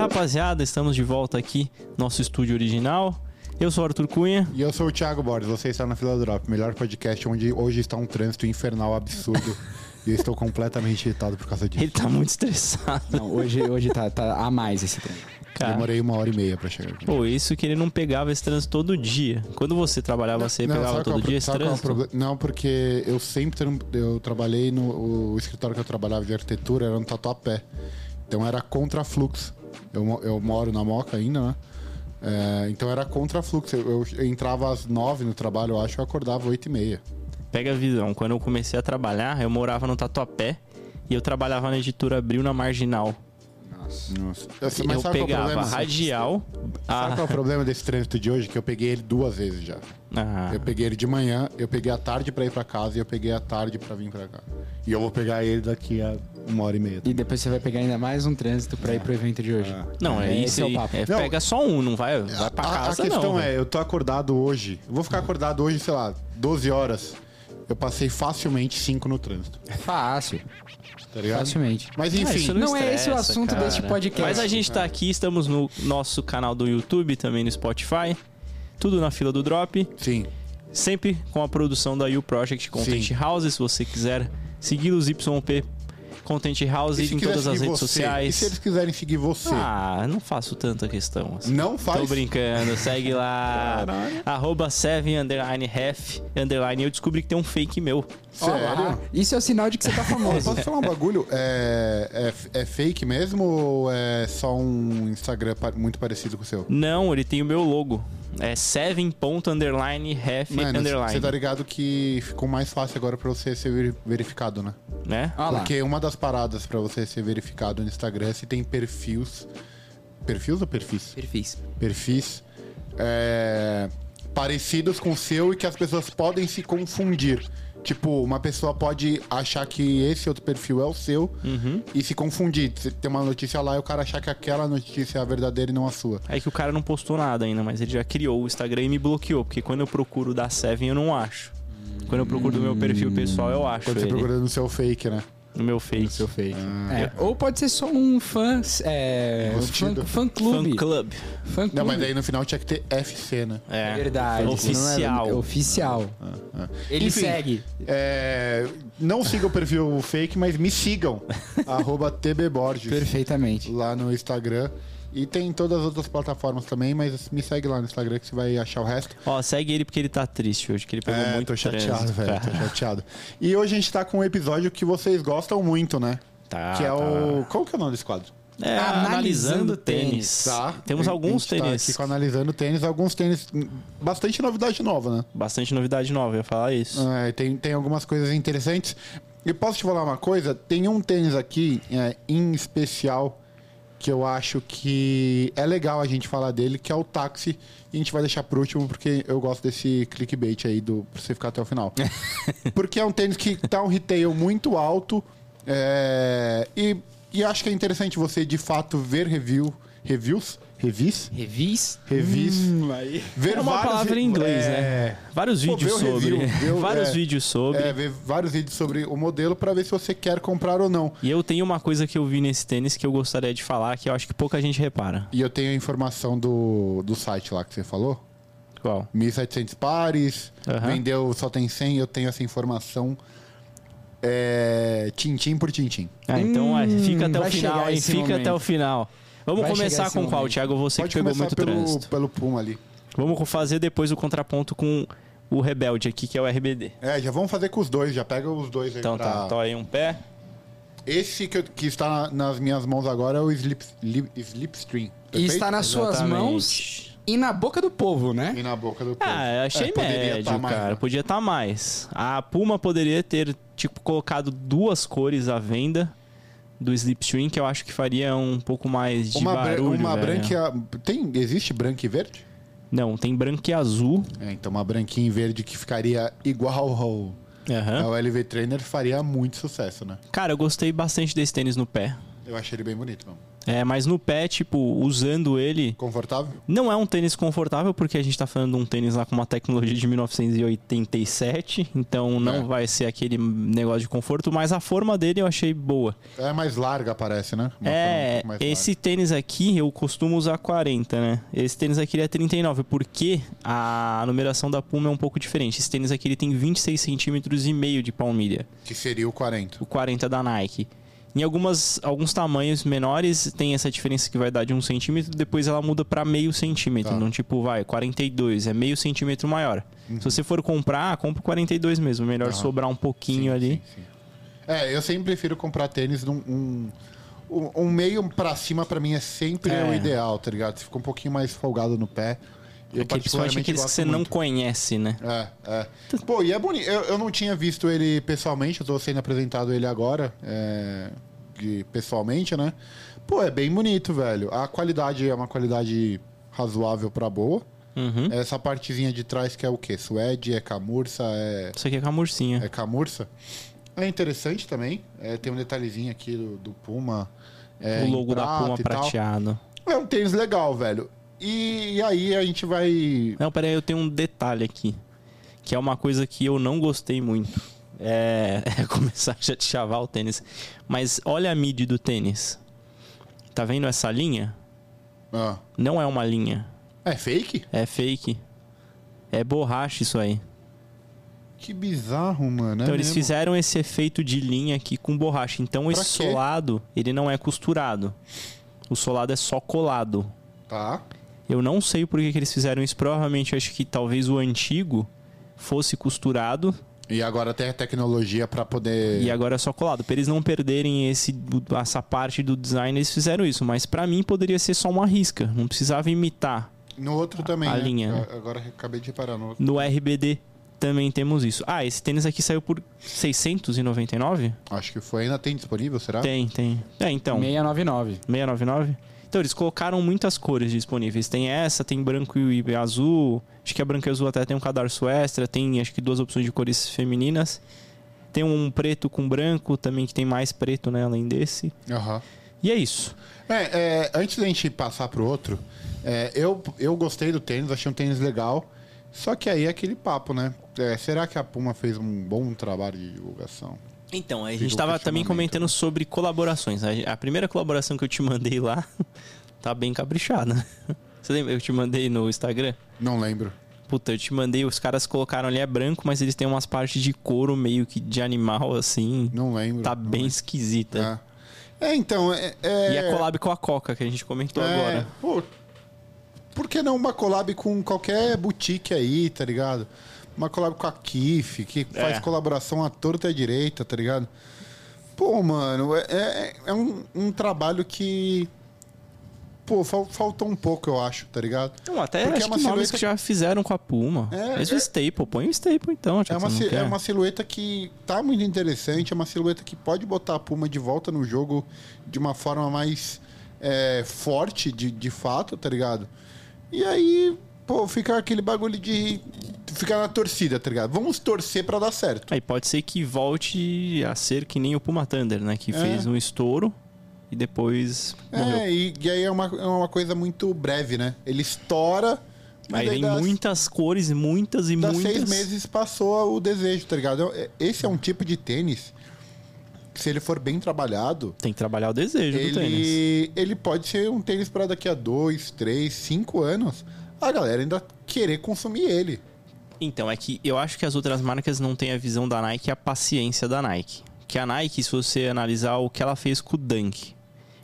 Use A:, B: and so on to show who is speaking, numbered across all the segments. A: rapaziada, estamos de volta aqui, nosso estúdio original. Eu sou o Arthur Cunha.
B: E eu sou o Thiago Borges, você está na Fila Drop, melhor podcast onde hoje está um trânsito infernal absurdo. e eu estou completamente irritado por causa disso.
A: Ele tá muito estressado,
C: Não, hoje, hoje tá, tá a mais esse tempo.
A: cara.
B: Demorei uma hora e meia pra chegar aqui.
A: Pô, isso que ele não pegava esse trânsito todo dia. Quando você trabalhava, você pegava
B: sabe qual é
A: todo
B: o pro-
A: dia esse
B: sabe qual é o
A: trânsito?
B: problema? Não, porque eu sempre tram- eu trabalhei no o escritório que eu trabalhava de arquitetura era no Tatuapé. Então era contra fluxo. Eu, mo- eu moro na Moca ainda, né? É, então era contra fluxo. Eu, eu- eu entrava às nove no trabalho, eu acho, eu acordava oito e meia.
A: Pega a visão. Quando eu comecei a trabalhar, eu morava no Tatuapé e eu trabalhava na editora Abril na Marginal.
B: Nossa. Mas
A: eu
B: sabe qual é o
A: pegava
B: problema?
A: radial. ah,
B: Sabe
A: A...
B: qual é o problema desse trânsito de hoje? Que eu peguei ele duas vezes já.
A: Ah,
B: Eu peguei ele de manhã, eu peguei a tarde pra ir pra casa e eu peguei a tarde pra vir pra cá. E eu vou pegar ele daqui a uma hora e meia.
C: E depois você vai pegar ainda mais um trânsito pra ir pro evento de hoje.
A: Não, é,
C: Esse
A: isso
C: é o
A: aí.
C: papo.
A: É,
B: Não.
A: pega só um, não vai, vai pra
B: A- a,
A: casa
B: questão
A: não.
B: é, eu tô acordado hoje. Eu vou ficar acordado hoje, sei lá, 12 horas. Eu passei facilmente 5 no trânsito.
C: É Fácil,
B: Tá ligado?
C: facilmente.
B: Mas
A: Ah,
B: enfim,
A: isso
C: não é esse o
A: estressa,
C: assunto
A: cara.
C: deste podcast.
A: Mas a gente tá aqui, estamos no nosso canal do YouTube, também no Spotify. Tudo na fila do Drop.
B: sim.
A: Sempre com a produção da U Project Content
B: Sim.
A: House. Se você quiser seguir os YP Content House
B: E se
A: em
B: quiser
A: todas as
B: seguir
A: redes
B: você? E
A: sociais.
B: se eles quiserem seguir você?
A: Ah, não faço tanta questão assim.
B: não
A: Tô
B: faz.
A: brincando, segue lá. arroba 7 underline ref underline. Eu descobri que tem um fake meu.
C: Ó lá,
B: Sério?
C: Isso é o sinal de que você tá famoso.
B: Posso falar um bagulho? É, é, é fake mesmo ou é só um Instagram pa- muito parecido com o seu?
A: Não, ele tem o meu logo. É 7 ponto underline ref
B: Mano,
A: underline.
B: você tá ligado que ficou mais fácil agora pra você ser ver- verificado, né?
A: Né?
C: Ó Ah lá.
B: Porque uma das paradas pra você ser verificado no Instagram é se tem perfis. Perfis ou perfis?
A: Perfis.
B: Perfis. é, parecidos com o seu e que as pessoas podem se confundir. Tipo, uma pessoa pode achar que esse outro perfil é o seu e se confundir. Você Tem uma notícia lá e o cara achar que aquela notícia é a verdadeira e não a sua.
A: É que o cara não postou nada ainda, mas ele já criou o Instagram e me bloqueou, porque quando eu procuro da Seven eu não acho. Quando eu procuro do meu perfil pessoal eu acho
B: Quando você
A: ele,
B: procura no seu fake, né?
A: no meu Face.
C: Seu fake.
A: Ah.
C: É, ou pode ser só um fã. É,
B: Enrustido.
C: fã, fã
A: Fan
C: clube. Fã clube.
A: Club.
B: Não, mas aí no final tinha que ter FC, né?
A: É.
C: Verdade.
A: Oficial. Ah,
C: Não é- oficial. Ele
B: Enfim.
C: segue.
B: É, não siga o perfil fake, mas me sigam. arroba TBBorges.
C: Perfeitamente.
B: Lá no Instagram. E tem em todas as outras plataformas também, mas me segue lá no Instagram que você vai achar o resto.
A: Ó, segue ele porque ele tá triste hoje, que ele pegou
B: É,
A: muito
B: tô chateado,
A: trânsito,
B: velho.
A: cara.
B: Tô chateado. E hoje a gente tá com um episódio que vocês gostam muito, né?
A: Tá,
B: que é
A: tá.
B: o. Qual que é o nome desse quadro?
A: É,
C: Tá Analisando
A: analisando
C: tênis.
A: tênis.
B: Tá.
A: Temos
B: A
A: alguns
B: gente tá
A: tênis.
B: aqui com analisando tênis, alguns tênis. Bastante novidade nova, né?
A: Bastante novidade nova, eu ia falar isso.
B: É, tem, tem algumas coisas interessantes. E posso te falar uma coisa? Tem um tênis aqui, é, em especial, que eu acho que é legal a gente falar dele, que é o táxi. E a gente vai deixar por último, porque eu gosto desse clickbait aí do, pra você ficar até o final. porque é um tênis que tá um retail muito alto. é, e, e acho que é interessante você, de fato, ver review. Reviews? Revis?
C: Revis.
B: Revis. ver
A: É uma
B: vários
A: palavra
B: re-
A: em inglês,
B: é,
A: né?
C: Ah.
A: Vários
B: Pô,
A: vídeos
B: vê o
A: sobre.
B: review, vê o-
A: Vários
B: é.
A: vídeos sobre.
B: É, ver vários vídeos sobre o modelo pra ver se você quer comprar ou não.
A: E eu tenho uma coisa que eu vi nesse tênis que eu gostaria de falar, que eu acho que pouca gente repara.
B: E eu tenho a informação do, do site lá que você falou.
A: Qual?
B: 1.700 pares,
A: Aham.
B: vendeu só tem 100, eu tenho essa informação é, tintim por tintim.
A: Ah, então é, fica até o
C: Hum, vai
A: final,
C: chegar
A: hein?
C: esse
A: Fica
C: momento.
A: até o final. Vamos
C: Vai chegar
A: começar
C: esse
A: com qual,
C: momento.
A: Thiago? Você que pegou muito
B: pelo,
A: trânsito.
B: pelo Pum ali.
A: Vamos fazer depois o contraponto com o Rebelde aqui, que é o RBD.
B: É, já vamos fazer com os dois, já pega os dois aí
A: Então
B: pra-
A: tá, Tó aí um pé.
B: Esse que, eu- que está nas minhas mãos agora é o Slip, Slip, Slipstream.
C: E
B: perfeito?
C: está nas suas
A: Exatamente.
C: mãos e na boca do povo, né?
B: E na boca do povo.
A: Ah, achei
B: É, poderia
A: médio,
B: tá mais,
A: cara.
B: né?
A: Podia estar mais. A Puma poderia ter, tipo, colocado duas cores à venda do Slipstream, que eu acho que faria um pouco mais de
B: Uma, bran-
A: barulho,
B: uma
A: velho.
B: branca. e a- Tem, existe branca e verde?
A: Não, tem branco e azul.
B: É, então uma branquinha e verde que ficaria igual ao,
A: Aham.
B: ao LV Trainer faria muito sucesso, né?
A: Cara, eu gostei bastante desse tênis no pé.
B: Eu achei ele bem bonito, mano.
A: É, mas no pé, tipo, usando ele,
B: Confortável?
A: não é um tênis confortável, porque a gente tá falando de um tênis lá com uma tecnologia de 1987, então não
B: É.
A: vai ser aquele negócio de conforto, mas a forma dele eu achei boa.
B: É mais larga, parece, né? Uma forma um
A: É,
B: pouco mais
A: esse tênis aqui eu costumo usar 40, né? Esse tênis aqui ele é 39, porque a numeração da Puma é um pouco diferente. Esse tênis aqui ele tem 26 centímetros e meio de palmilha,
B: larga, Que seria o 40.
A: o 40 da Nike. Em algumas, alguns tamanhos menores tem essa diferença que vai dar de um centímetro, depois ela muda para meio centímetro.
B: Tá.
A: Então, tipo, vai, 42, é meio centímetro maior.
B: Uhum.
A: Se você for comprar, compra o 42 mesmo, melhor
B: Aham.
A: sobrar um pouquinho ali.
B: Tá. sim. É, eu sempre prefiro comprar tênis num. Um, um- um meio pra cima, pra mim, é sempre
A: É.
B: o ideal, tá ligado? Você fica um pouquinho mais folgado no pé. Eu,
A: Aquele- Principalmente aqueles É que
B: é gosto
A: você não
B: muito.
A: conhece, né?
B: É, é. Pô, e é bonito. Eu, eu não tinha visto ele pessoalmente, eu tô sendo apresentado ele agora, é, de- pessoalmente, né? Pô, é bem bonito, velho. A qualidade é uma qualidade razoável pra boa.
A: Uhum.
B: Essa partezinha de trás que é o quê? Suede, é camurça, é,
A: Isso aqui é com a murcinha.
B: é camurça. É interessante também. É, tem um detalhezinho aqui do, do Puma. é,
A: o
B: em
A: logo da
B: prata
A: Puma
B: e tal.
A: prateado.
B: É um tênis legal, velho. E, e aí a gente vai.
A: Não, peraí, eu tenho um detalhe aqui. Que é uma coisa que eu não gostei muito. É, é começar já a te chavar o tênis. Mas olha a mid do tênis. Tá vendo essa linha?
B: Ah,
A: Não é uma linha.
B: é fake?
A: É fake. É borracha isso aí.
B: Que bizarro, mano. é
A: então eles
B: mesmo.
A: fizeram esse efeito de linha aqui com borracha. Então esse
B: quê?
A: solado, ele não é costurado. O solado é só colado.
B: Tá.
A: Eu não sei por que, que eles fizeram isso. Provavelmente eu acho que talvez o antigo fosse costurado
B: E agora tem a tecnologia pra poder.
A: e agora é só colado. Pra eles não perderem esse, essa parte do design, eles fizeram isso. Mas pra mim poderia ser só uma risca. Não precisava imitar.
B: No outro também.
A: a
B: né?
A: linha, né?
B: A- Agora acabei de reparar no outro.
A: No RBD também temos isso. Ah, esse tênis aqui saiu por 699?
B: Acho que foi. Ainda tem disponível, será?
A: Tem, tem. É, então.
C: 699.
A: 699? Então, eles colocaram muitas cores disponíveis. Tem essa, tem branco e azul. Acho que a branca e azul até tem um cadarço extra. Tem, acho que, duas opções de cores femininas. Tem um preto com branco também, que tem mais preto, né? Além desse.
B: Aham.
A: E é isso.
B: É, é, antes da gente passar pro outro, é, eu, eu gostei do tênis, achei um tênis legal. Só que aí é aquele papo, né? É, será que a Puma fez um bom trabalho de divulgação?
A: Então, a
B: Fica o
A: gente estava também
B: questionamento, né?
A: comentando sobre colaborações. A a primeira colaboração que eu te mandei lá tá bem caprichada. Você lembra? Eu te mandei no Instagram.
B: Não lembro.
A: Puta, eu te mandei, os caras colocaram ali é branco, mas eles têm umas partes de couro meio que de animal, assim.
B: Não lembro.
A: Tá
B: Não
A: bem esquisita.
B: lembro. É. É, então, é.
A: E
B: é
A: a collab com a Coca, que a gente comentou
B: é,
A: agora.
B: pô, por que não uma collab com qualquer boutique aí, tá ligado? Uma collab com a Kif, que faz
A: É.
B: colaboração à torta e à direita, tá ligado? Pô, mano, é, é- é um, um trabalho que. Pô, fal- falta um pouco, eu acho, tá ligado?
A: Não, até
B: Porque
A: acho
B: é uma
A: que nomes
B: silhueta-
A: que já fizeram com a Puma.
B: É,
A: Mas o
B: é-
A: Staple, põe o Staple então. já
B: É
A: que
B: uma,
A: você não
B: si- é
A: quer.
B: uma silhueta que tá muito interessante, é uma silhueta que pode botar a Puma de volta no jogo de uma forma mais é, forte, de, de fato, tá ligado? E aí, pô, fica aquele bagulho de ficar na torcida, tá ligado? Vamos torcer pra dar certo.
A: Aí pode ser que volte a ser que nem o Puma Thunder, né? Que
B: É.
A: fez um estouro e depois morreu.
B: É, e, e aí é uma, é uma coisa muito breve, né? Ele estoura. mas
A: Aí
B: daí
A: vem
B: dá-
A: muitas cores, muitas e
B: Dá
A: muitas.
B: seis meses passou o desejo, tá ligado? É- Esse é um tipo de tênis que, se ele for bem trabalhado,
A: Tem que trabalhar o desejo do tênis.
B: ele, ele pode ser um tênis para daqui a dois, três, cinco anos. A galera ainda querer consumir ele.
A: Então, é que eu acho que as outras marcas não têm a visão da Nike e a paciência da Nike. Que a Nike, se você analisar o que ela fez com o Dunk,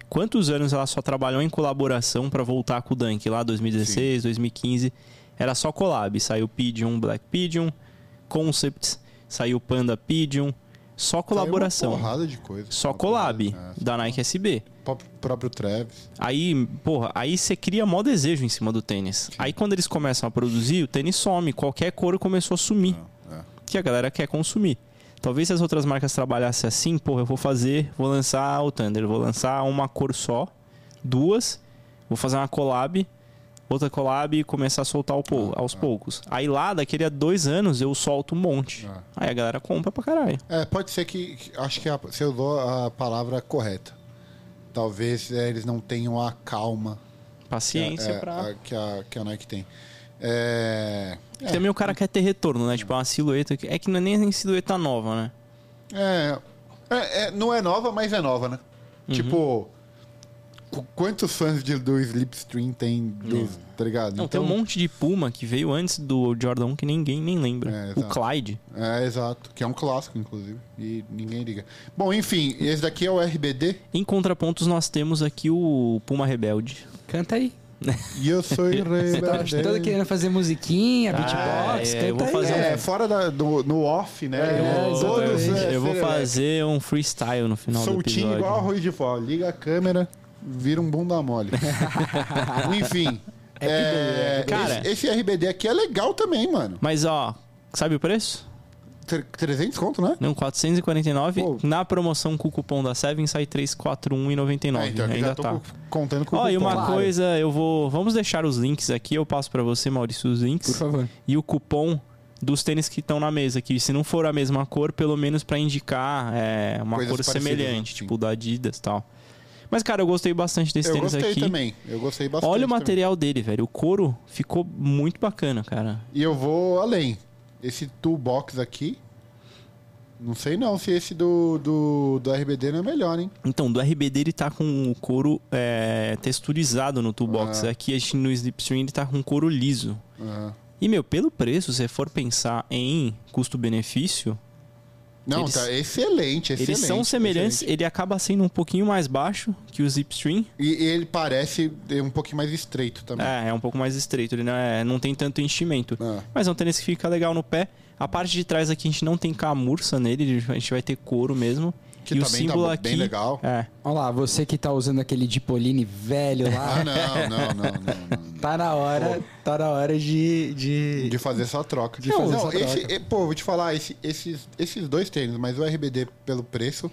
A: quantos anos ela só trabalhou em colaboração pra voltar com o Dunk? Lá 2016, 2015, era só collab. Saiu Pigeon, Black Pigeon, Concepts, saiu Panda Pigeon, só
B: Saiu Uma
A: colaboração.
B: porrada de coisa.
A: Só
B: Uma
A: collab
B: porrada, né?
A: da Nike SB.
B: O pró- próprio Travis.
A: Aí, porra, aí você cria mó desejo em cima do tênis. Aí quando eles começam a produzir, o tênis some. Qualquer couro começou a sumir.
B: é.
A: Que a galera quer consumir. Talvez se as outras marcas trabalhassem assim, porra, eu vou fazer, vou lançar o Thunder, vou lançar uma cor só, duas, vou fazer uma collab, outra collab e começar a soltar ao pou-
B: Ah,
A: aos poucos. Aí lá, daqui a dois anos, eu solto um monte.
B: Ah.
A: Aí a galera compra pra caralho.
B: É, pode ser que. que- Acho que a- você usou a palavra correta. Talvez é, eles não tenham a calma que a-
A: Paciência
B: é,
A: pra.
B: a- que, a, que a Nike tem. É,
A: E Também o cara quer ter retorno, né? Tipo, é uma silhueta. que- É que não é nem silhueta nova, né?
B: É, é, é, não é nova, mas é nova, né?
A: Uhum.
B: Tipo, qu- quantos fãs de, do Slipstream tem, dos, tá ligado?
A: Não, tem um monte de Puma que veio antes do Jordan 1 que ninguém nem lembra.
B: É,
A: o
B: exato.
A: Clyde.
B: É, exato. Que é um clássico, inclusive. E ninguém liga. Bom, enfim, esse daqui é o RBD.
A: Em contrapontos, nós temos aqui o Puma Rebelde.
C: Canta aí.
B: E eu sou
C: Você
B: Ah,
C: tá todo
B: RBD.
C: querendo fazer musiquinha,
A: Ah,
C: beatbox,
A: é,
C: canta
A: eu vou
C: aí.
A: fazer
C: É.
B: É, fora da, do, no off, né?
C: É,
B: Todos,
C: exatamente.
B: é,
A: eu vou
B: serelepe.
A: fazer um freestyle no final do
B: Soltinho
A: episódio.
B: igual a Rui de Fó. Liga a câmera, vira um bunda mole. Enfim. É,
A: Cara.
B: esse, esse RBD aqui é legal também, mano.
A: Mas ó, sabe o preço?
B: Tre- 300 conto, né?
A: Não, 449.
B: Pô.
A: Na promoção com o cupom da Seven sai 341,99.
B: É, então, eu
A: Ainda
B: já tô
A: tá.
B: co- contando com o
A: Ó, e
B: cupom.
A: uma
C: Claro.
A: coisa, eu vou. Vamos deixar os links aqui, eu passo pra você, Maurício, os
C: Por
A: links.
C: favor.
A: E o cupom dos tênis que estão na mesa, que se não for a mesma cor, pelo menos pra indicar é, uma
B: Coisas
A: cor
B: parecidas,
A: semelhante,
B: né?
A: tipo da Adidas e tal. Mas, cara, eu gostei bastante desse
B: Eu
A: tênis
B: gostei
A: aqui.
B: também. Eu gostei bastante.
A: Olha o
B: também.
A: material dele, velho. O couro ficou muito bacana, cara.
B: E eu vou além. Esse toolbox aqui. Não sei não se esse do, do, do RBD não é melhor, hein?
A: Então, do RBD ele tá com o couro é, texturizado no toolbox.
B: Ah.
A: Aqui a gente no Slipstream ele tá com couro liso.
B: Aham.
A: E, meu, pelo preço, se você for pensar em custo-benefício,
B: Não,
A: Eles-
B: tá excelente, excelente.
A: eles são semelhantes.
B: excelente.
A: Ele acaba sendo um pouquinho mais baixo que o Slipstream.
B: E ele parece um pouquinho mais estreito também.
A: É, é um pouco mais estreito. Ele não, é- não tem tanto enchimento.
B: Ah.
A: Mas é um tênis que fica legal no pé. A parte de trás aqui a gente não tem camurça nele. A gente vai ter couro mesmo.
B: Que
A: e o
B: também tá
A: símbolo aqui...
B: bem legal.
A: É,
C: Olha lá, você que tá usando aquele Dipoline velho lá,
B: Ah, não, não, não, não, não, não.
C: tá na hora, tá na hora de... de...
B: De fazer essa troca.
C: De
B: não,
C: fazer
B: não,
C: essa
B: esse,
C: troca.
B: eh, pô, vou te falar, esse- esses, esses dois tênis, mas o RBD pelo preço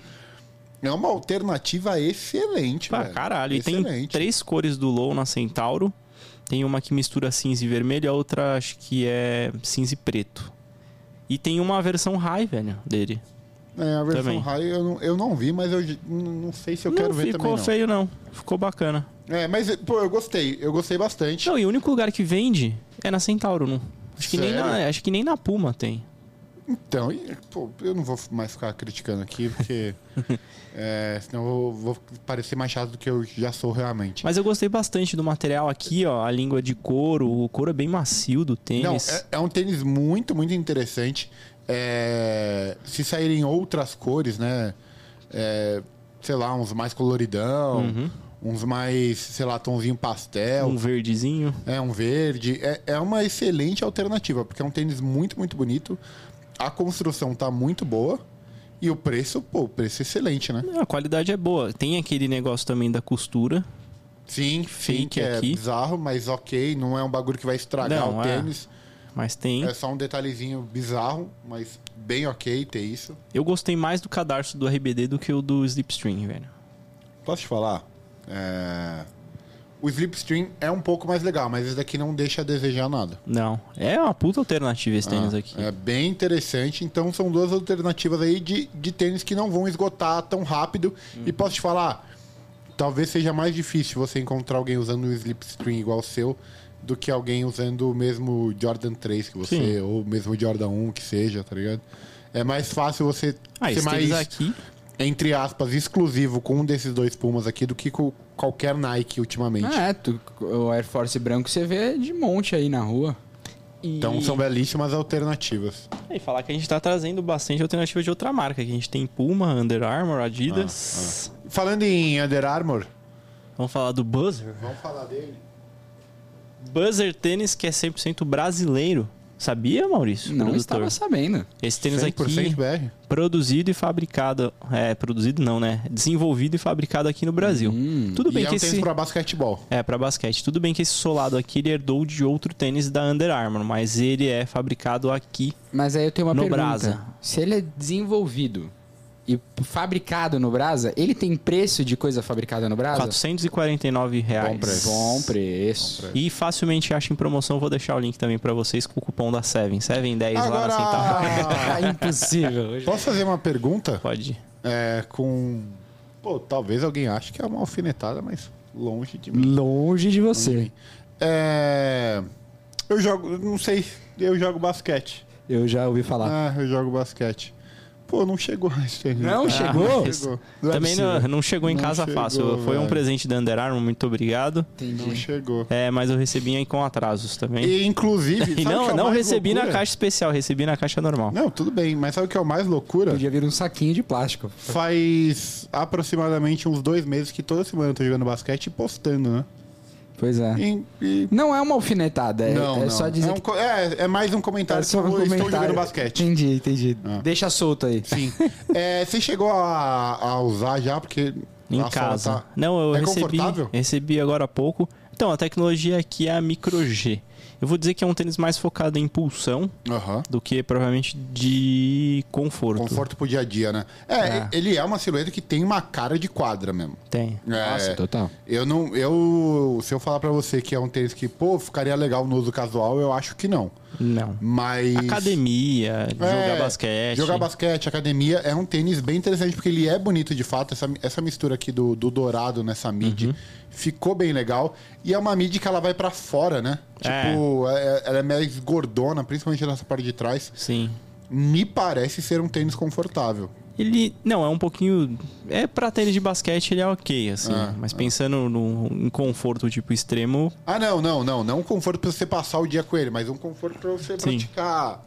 B: é uma alternativa excelente,
A: Pra
B: velho.
A: caralho. E tem
B: é Excelente.
A: três cores do Low na Centauro. Tem uma que mistura cinza e vermelho, a outra acho que é cinza e preto. E tem uma versão high, velho, dele.
B: É, a versão
A: Também.
B: high eu não, eu não vi, mas eu j- n- não sei se eu quero
A: não
B: ver também.
A: ficou
B: Não.
A: feio, não. Ficou bacana.
B: É, mas, pô, eu gostei. Eu gostei bastante.
A: Não, e o único lugar que vende é na Centauro, não. Acho que, nem
B: Sério?
A: na, acho que nem na Puma tem.
B: Então, e, pô, eu não vou mais ficar criticando aqui, porque. é, senão eu vou, vou parecer mais chato do que eu já sou realmente.
A: Mas eu gostei bastante do material aqui, ó. A língua de couro. O couro é bem macio do
B: Não,
A: tênis.
B: é, é um tênis muito, muito interessante. É, se saírem outras cores, né? É, sei lá, uns mais coloridão, uns mais, sei lá, tonzinho pastel.
A: Uhum. Um verdezinho.
B: É um verde. É, é uma excelente alternativa, porque é um tênis muito, muito bonito. A construção tá muito boa. E o preço, pô, o preço é excelente, né?
A: Não, A qualidade é boa. Tem aquele negócio também da costura.
B: Sim, sim,
A: Fake
B: que é
A: aqui.
B: bizarro, mas ok. Não é um bagulho que vai estragar
A: Não,
B: o
A: é.
B: tênis.
A: Mas tem.
B: É só um detalhezinho bizarro, mas bem ok ter isso.
A: Eu gostei mais do cadarço do RBD do que o do Slipstream, velho.
B: Posso te falar? É, O Slipstream é um pouco mais legal, mas esse daqui não deixa a desejar nada.
A: Não. É uma puta alternativa esse tênis
B: Ah,
A: aqui.
B: É bem interessante. Então são duas alternativas aí de, de tênis que não vão esgotar tão rápido. E
A: Uhum.
B: posso te falar, talvez seja mais difícil você encontrar alguém usando um Slipstream igual o seu do que alguém usando o mesmo Jordan 3 que você,
A: Sim.
B: ou mesmo Jordan 1 que seja, tá ligado? É mais fácil você
A: Ah,
B: ser
A: esse
B: mais,
A: tênis aqui.
B: entre aspas, exclusivo com um desses dois Pumas aqui do que com qualquer Nike ultimamente.
C: Ah, é, tu- o Air Force branco você vê de monte aí na rua.
A: E...
B: Então são belíssimas alternativas.
A: E falar que a gente tá trazendo bastante alternativa de outra marca. Que a gente tem Puma, Under Armour, Adidas.
B: Falando em Under Armour, ah.
A: Vamos falar do Buzzer.
B: vamos falar dele.
A: Buzzer tênis que é 100% brasileiro. Sabia, Maurício?
C: Não
A: Produtor?
C: estava sabendo.
A: Esse tênis
B: 100%
A: aqui,
B: BR.
A: produzido e fabricado... É, produzido não, né? Desenvolvido e fabricado aqui no Brasil. Tudo bem
B: e é
A: que
B: um
A: esse...
B: tênis pra basquetebol.
A: É, pra basquete. Tudo bem que esse solado aqui ele herdou de outro tênis da Under Armour, mas ele é fabricado aqui.
C: Mas aí eu tenho uma
A: No
C: pergunta.
A: Brasa.
C: Se ele é desenvolvido e fabricado no Brasa, ele tem preço de coisa fabricada no Brasa?
A: R$ 449 reais.
B: Bom preço.
C: Bom preço.
A: E facilmente acha em promoção. Vou deixar o link também pra vocês com o cupom da Seven. Seven 10 lá assim, tá, na Centauro.
B: Agora,
C: É impossível.
B: posso fazer uma pergunta
A: Pode.
B: É, com Pô, talvez alguém ache que é uma alfinetada, mas longe de mim.
D: Longe de você.
B: É... Eu jogo, não sei, eu jogo basquete.
D: Eu já ouvi falar.
B: Ah, eu jogo basquete. Pô, não chegou a isso aí.
D: Não chegou?
B: Não chegou.
D: Não é
A: Também não,
D: possível.
A: não chegou em
B: Não
A: casa
B: chegou,
A: fácil. Foi um
B: velho.
A: presente da Under Armour, muito obrigado.
B: Não
C: Entendi.
B: chegou.
A: É, mas eu recebi aí com atrasos também.
B: E inclusive.
A: E
B: sabe o que é
A: não,
B: o
A: não
B: mais
A: recebi na
B: loucura?
A: caixa especial, recebi na caixa normal.
B: Não, tudo bem, mas sabe o que é o mais loucura?
C: Podia vir um saquinho de plástico.
B: Faz aproximadamente uns dois meses que toda semana eu tô jogando basquete e postando, né?
C: Pois é.
B: E- e-
C: Não é uma alfinetada, é,
B: não,
C: é
B: não.
C: só dizer
B: É, um
C: que
B: co- é, é mais um comentário
C: só
B: que eu
C: um
B: estou
C: comentário.
B: jogando basquete.
C: Entendi, entendi.
B: Ah.
C: Deixa solto aí.
B: Sim. É, você chegou a, a usar já, porque.
A: Em
B: a sala
A: casa.
B: tá-
A: Não, eu
B: É
A: recebi,
B: confortável?
A: recebi agora há pouco. Então, a tecnologia aqui é a Micro G. Eu vou dizer que é um tênis mais focado em pulsão
B: Aham.
A: do que provavelmente de conforto.
B: Conforto pro dia a dia, né? É,
A: É.
B: ele é uma silhueta que tem uma cara de quadra mesmo.
A: Tem.
B: É,
C: Nossa, total.
B: eu não. Eu. Se eu falar pra você que é um tênis que, pô, ficaria legal no uso casual, eu acho que não.
A: Não.
B: Mas.
A: Academia, jogar
B: É,
A: basquete.
B: Jogar basquete, academia, é um tênis bem interessante, porque ele é bonito de fato. Essa, essa mistura aqui do, do dourado nessa mid
A: Uhum.
B: ficou bem legal. E é uma mid que ela vai pra fora, né?
A: É.
B: Tipo, é- ela é mais gordona, principalmente nessa parte de trás.
A: Sim.
B: Me parece ser um tênis confortável.
A: Ele. Não, é um pouquinho. É pra tênis de basquete, ele é ok, assim.
B: Ah,
A: mas pensando no, em conforto tipo extremo,
B: Ah, não, não, não. Não um conforto pra você passar o dia com ele, mas um conforto pra você praticar.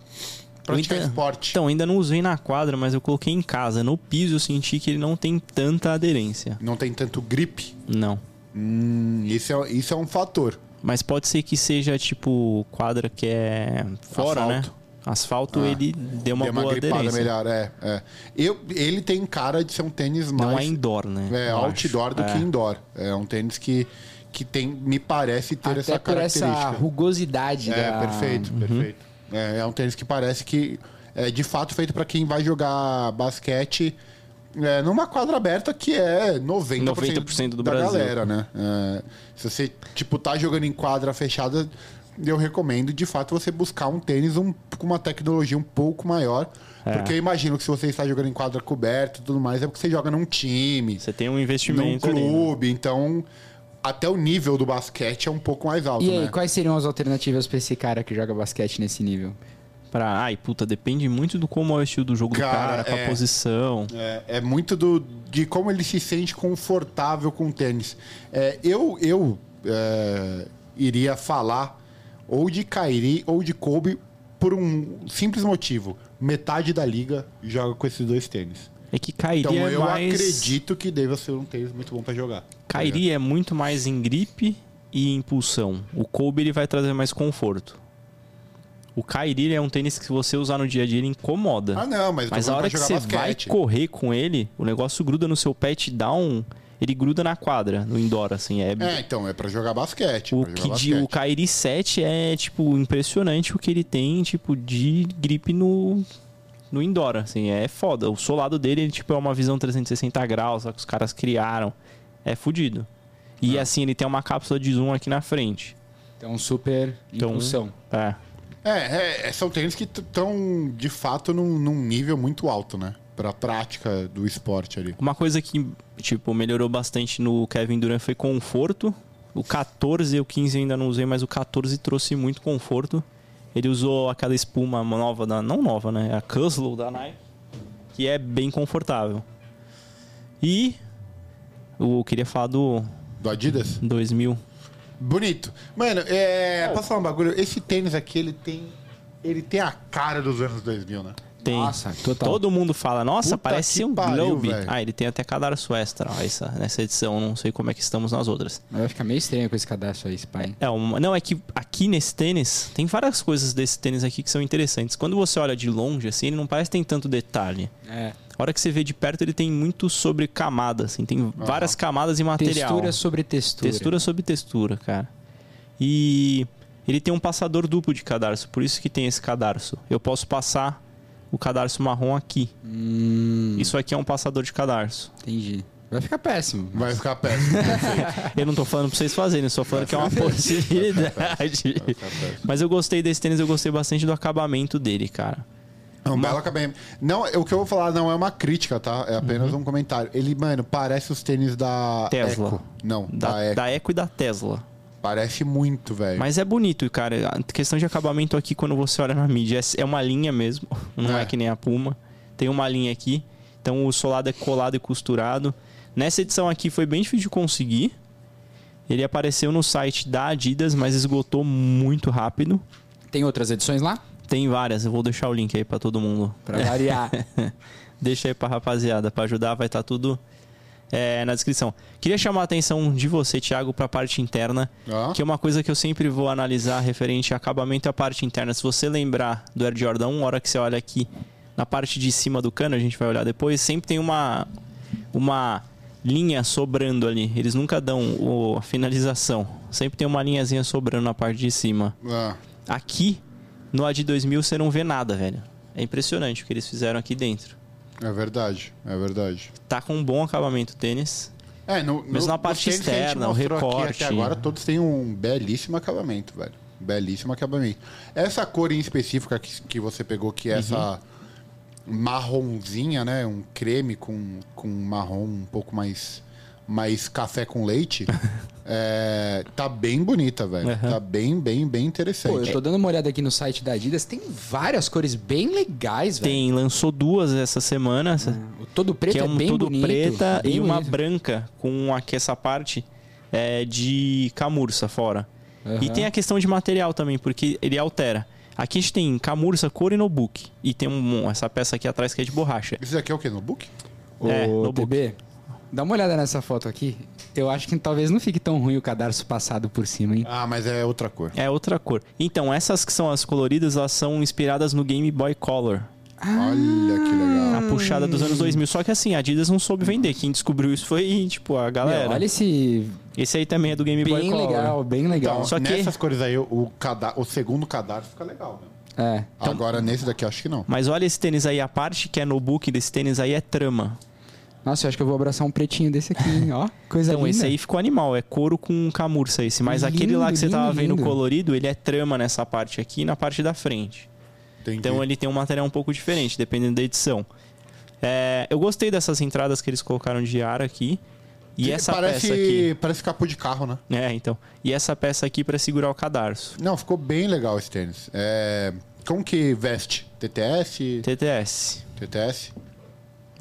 B: Praticar
A: Então-
B: esporte.
A: Então, ainda não usei na quadra, mas eu coloquei em casa. No piso eu senti que ele não tem tanta aderência.
B: Não tem tanto grip.
A: Não.
B: Hum, isso é, isso é um fator.
A: Mas pode ser que seja tipo quadra que é fora,
B: Asfalto. Ah.
A: né? Asfalto ele deu uma
B: Deu
A: boa aderência.
B: melhor, é. é. Eu, ele tem cara de ser um tênis mais.
A: Não é indoor, né?
B: É,
A: Eu
B: outdoor
A: acho.
B: do
A: É.
B: que indoor. É um tênis que, que tem, me parece ter
C: Até
B: essa
C: por essa
B: característica.
C: rugosidade
B: é,
C: da...
B: perfeito,
A: Uhum.
B: perfeito. É, é um tênis que parece que é de fato feito para quem vai jogar basquete é, numa quadra aberta que é 90%,
A: 90% do
B: da
A: Brasil.
B: galera, né? É, se você, tipo, tá jogando em quadra fechada, eu recomendo, de fato, você buscar um tênis um- com uma tecnologia um pouco maior.
A: É.
B: Porque eu imagino que se você está jogando em quadra coberta e tudo mais, é porque você joga num time
A: Você tem um
B: num
A: investimento ali. né?
B: clube, então até o nível do basquete é um pouco mais alto,
C: E aí,
B: né?
C: quais seriam as alternativas pra esse cara que joga basquete nesse nível?
A: Pra... Ai, puta, depende muito do como é o estilo do jogo
B: Cara,
A: do cara, com
B: é.
A: a posição.
B: É, é muito do, de como ele se sente confortável com o tênis. É, eu eu é, iria falar ou de Kairi ou de Kobe por um simples motivo. Metade da liga joga com esses dois tênis.
A: É que cairia
B: Então eu
A: mais.
B: acredito que deva ser um tênis muito bom pra jogar.
A: Kairi é muito mais em gripe e impulsão. O Kobe ele vai trazer mais conforto. O Kairi ele é um tênis que se você usar no dia a dia ele incomoda.
B: Ah, não, mas, eu tô
A: Mas a
B: falando
A: hora que
B: pra
A: você
B: jogar
A: vai
B: basquete.
A: correr com ele, o negócio gruda no seu pé, te dá um... Ele gruda na quadra, no indoor, assim. É...
B: É, então, é pra jogar basquete.
A: Tipo, o
B: pra
A: que
B: jogar
A: de, o
B: basquete.
A: Kairi 7 é, tipo, impressionante o que ele tem, tipo, de gripe no... No indoor, assim, é foda. O solado dele, ele, tipo, é uma visão 360 graus, só que os caras criaram. É fudido. E,
B: Ah.
A: assim, ele tem uma cápsula de zoom aqui na frente.
C: Então, super
A: Então,
C: impulsão.
A: É.
B: É, é, é, são tênis que estão, de fato, num, num nível muito alto, né? Pra prática do esporte ali.
A: Uma coisa que, tipo, melhorou bastante no Kevin Durant foi conforto. O 14 e o 15 eu ainda não usei, mas o 14 trouxe muito conforto. Ele usou aquela espuma nova, da, não nova, né? A Cuslow da Nike, que é bem confortável. E eu queria falar do
B: Do Adidas?
A: 2000.
B: Bonito. Mano, é, posso falar um bagulho? Esse tênis aqui, ele tem... Ele tem a cara dos anos 2000, né?
A: Tem.
C: Nossa, total.
A: Todo mundo fala, nossa,
B: Puta que
A: parece um
B: pariu,
A: Globe.
B: velho.
A: Ah, ele tem até cadarço extra ó, essa, nessa edição, não sei como é que estamos nas outras.
C: Mas vai ficar meio estranho com esse cadastro aí, Spy.
A: É, uma- não, é que aqui nesse tênis, tem várias coisas desse tênis aqui que são interessantes. Quando você olha de longe, assim, ele não parece que tem tanto detalhe.
C: É.
A: A hora que você vê de perto, ele tem muito sobre camada, assim, tem várias camadas e material.
C: Textura sobre textura.
A: Textura sobre textura, cara. E ele tem um passador duplo de cadarço, por isso que tem esse cadarço. Eu posso passar o cadarço marrom aqui.
C: Hum,
A: Isso aqui é um passador de cadarço.
C: entendi. Vai ficar péssimo.
B: Vai ficar péssimo. Vai
A: Eu não tô falando pra vocês fazerem, eu só falando que é uma possibilidade.
B: ficar péssimo.
A: Mas eu gostei desse tênis, eu gostei bastante do acabamento dele, cara.
B: É um belo KBM. Não, o que eu vou falar não é uma crítica, tá? É apenas um comentário. Ele, mano, parece os tênis da
A: Uhum. Tesla.
B: Eco. Não, da,
A: Da,
B: Eco.
A: da Eco e da Tesla.
B: Parece muito, velho.
A: Mas é bonito, cara. A questão de acabamento aqui, quando você olha na mídia, é- é uma linha mesmo. Não é.
B: É.
A: que nem a Puma. Tem uma linha aqui. Então o solado é colado e costurado. Nessa edição aqui foi bem difícil de conseguir. Ele apareceu no site da Adidas, mas esgotou muito rápido.
C: Tem outras edições lá?
A: Tem várias, eu vou deixar o link aí pra todo mundo.
C: Pra variar.
A: Deixa aí pra rapaziada, pra ajudar, vai estar tudo é, na descrição. Queria chamar a atenção de você, Thiago, pra parte interna,
B: Ó.
A: que é uma coisa que eu sempre vou analisar referente a acabamento e a parte interna. Se você lembrar do Air Jordan 1, a hora que você olha aqui na parte de cima do cano, a gente vai olhar depois, sempre tem uma, uma linha sobrando ali. Eles nunca dão o- a finalização. Sempre tem uma linhazinha sobrando na parte de cima.
B: Ah,
A: Aqui, no AD 2000, você não vê nada, velho. É impressionante o que eles fizeram aqui dentro.
B: é verdade, é verdade.
A: Tá com um bom acabamento o tênis.
B: É, no, no,
A: Mesmo na
B: nos
A: parte
B: tênis que a gente
A: externa, o
B: mostrou aqui
A: recorte.
B: até agora todos têm um belíssimo acabamento, velho. Belíssimo acabamento. Essa cor em específica que, que você pegou, que é essa
A: Uhum.
B: marronzinha, né? Um creme com, com marrom um pouco mais, mais café com leite. é, tá bem bonita, velho. Tá bem, bem, bem interessante.
C: Pô, eu tô dando uma olhada aqui no site da Adidas. Tem várias cores bem legais, velho.
A: Tem, lançou duas essa semana, essa-
C: O todo preto
A: que é
C: é,
A: um
C: bem
A: tudo
C: bonito.
A: preta
C: bem
A: e uma
C: bonito.
A: branca com aqui essa parte é, de camurça fora. E
C: Aham.
A: tem a questão de material também, porque ele altera. Aqui a gente tem camurça, couro e notebook. E tem um, essa peça aqui atrás que é de borracha.
B: Esse daqui é o quê? Notebook?
C: Ô,
A: É, no
C: TB, dá uma olhada nessa foto aqui. Eu acho que talvez não fique tão ruim o cadarço passado por cima, hein?
B: Ah, mas é outra cor.
A: É outra cor. Então, essas que são as coloridas, elas são inspiradas no Game Boy Color.
B: Olha que legal.
A: A puxada dos anos 2000. Só que assim, a Adidas não soube vender. Quem descobriu isso foi, tipo, a galera.
C: Meu, olha esse
A: Esse aí também é do Game Boy
C: bem
A: Color.
C: legal, bem legal.
B: Então,
A: Só que-
B: nessas cores aí, o, cada... o segundo cadarço fica legal, né?
C: É.
A: Então,
B: Agora, nesse daqui, acho que não.
A: Mas olha esse tênis aí, a parte que é no book desse tênis aí é trama.
C: Nossa, eu acho que eu vou abraçar um pretinho desse aqui, hein? Ó, coisa
A: Então
C: linda.
A: esse aí ficou animal, é couro com camurça esse. Mas
C: Lindo,
A: aquele lá que você
C: lindo,
A: tava vendo
C: lindo.
A: colorido, ele é trama nessa parte aqui e na parte da frente.
B: Entendi.
A: Então ele tem um material um pouco diferente, dependendo da edição. É, eu gostei dessas entradas que eles colocaram de ar aqui. E
B: Que
A: essa
B: parece,
A: peça aqui.
B: Parece capô de carro, né?
A: É, então. E essa peça aqui pra segurar o cadarço.
B: Não, ficou bem legal esse tênis. É... Como que veste? TTS?
A: TTS.
B: TTS?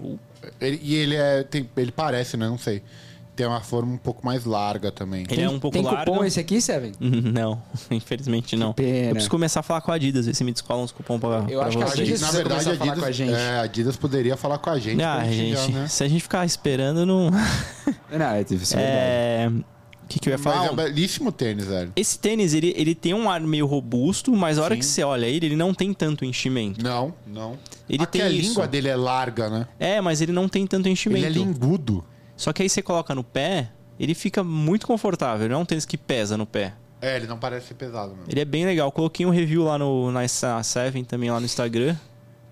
A: Uh.
B: Ele- e ele é. tem- ele parece, né? Não sei. Tem uma forma um pouco mais larga também.
A: Ele é um pouco
C: Tem
A: largo.
C: cupom esse aqui, Seven?
A: Não, infelizmente não.
C: pena.
A: Eu preciso começar a falar com a Adidas, ver se me descola uns cupom pra,
C: Eu
A: pra
C: acho que a
A: é vocês.
C: Adidas
B: na
C: precisa
B: verdade,
C: começar
B: a
C: a falar
B: Adidas,
C: com a gente.
B: é, a Adidas poderia falar com a gente.
A: Ah,
B: pra
A: gente,
B: já, né?
A: se a gente ficar esperando, não.
C: Não, é, isso é verdade.
A: É. O que, que eu ia
B: Mas
A: falar?
B: é um
A: Ah,
B: belíssimo tênis, velho.
A: Esse tênis, ele, ele tem um ar meio robusto, mas a hora que você olha ele, ele não tem tanto enchimento.
B: Não, não.
A: Ele
B: Aqui
A: tem
B: a
A: isso.
B: língua dele é larga, né?
A: É, mas ele não tem tanto enchimento.
B: Ele é lingudo.
A: Só que aí você coloca no pé, ele fica muito confortável. Ele não é um tênis que pesa no pé.
B: É, ele não parece ser pesado mesmo.
A: Ele é bem legal. Coloquei um review lá no, na na Seven, também lá no Instagram.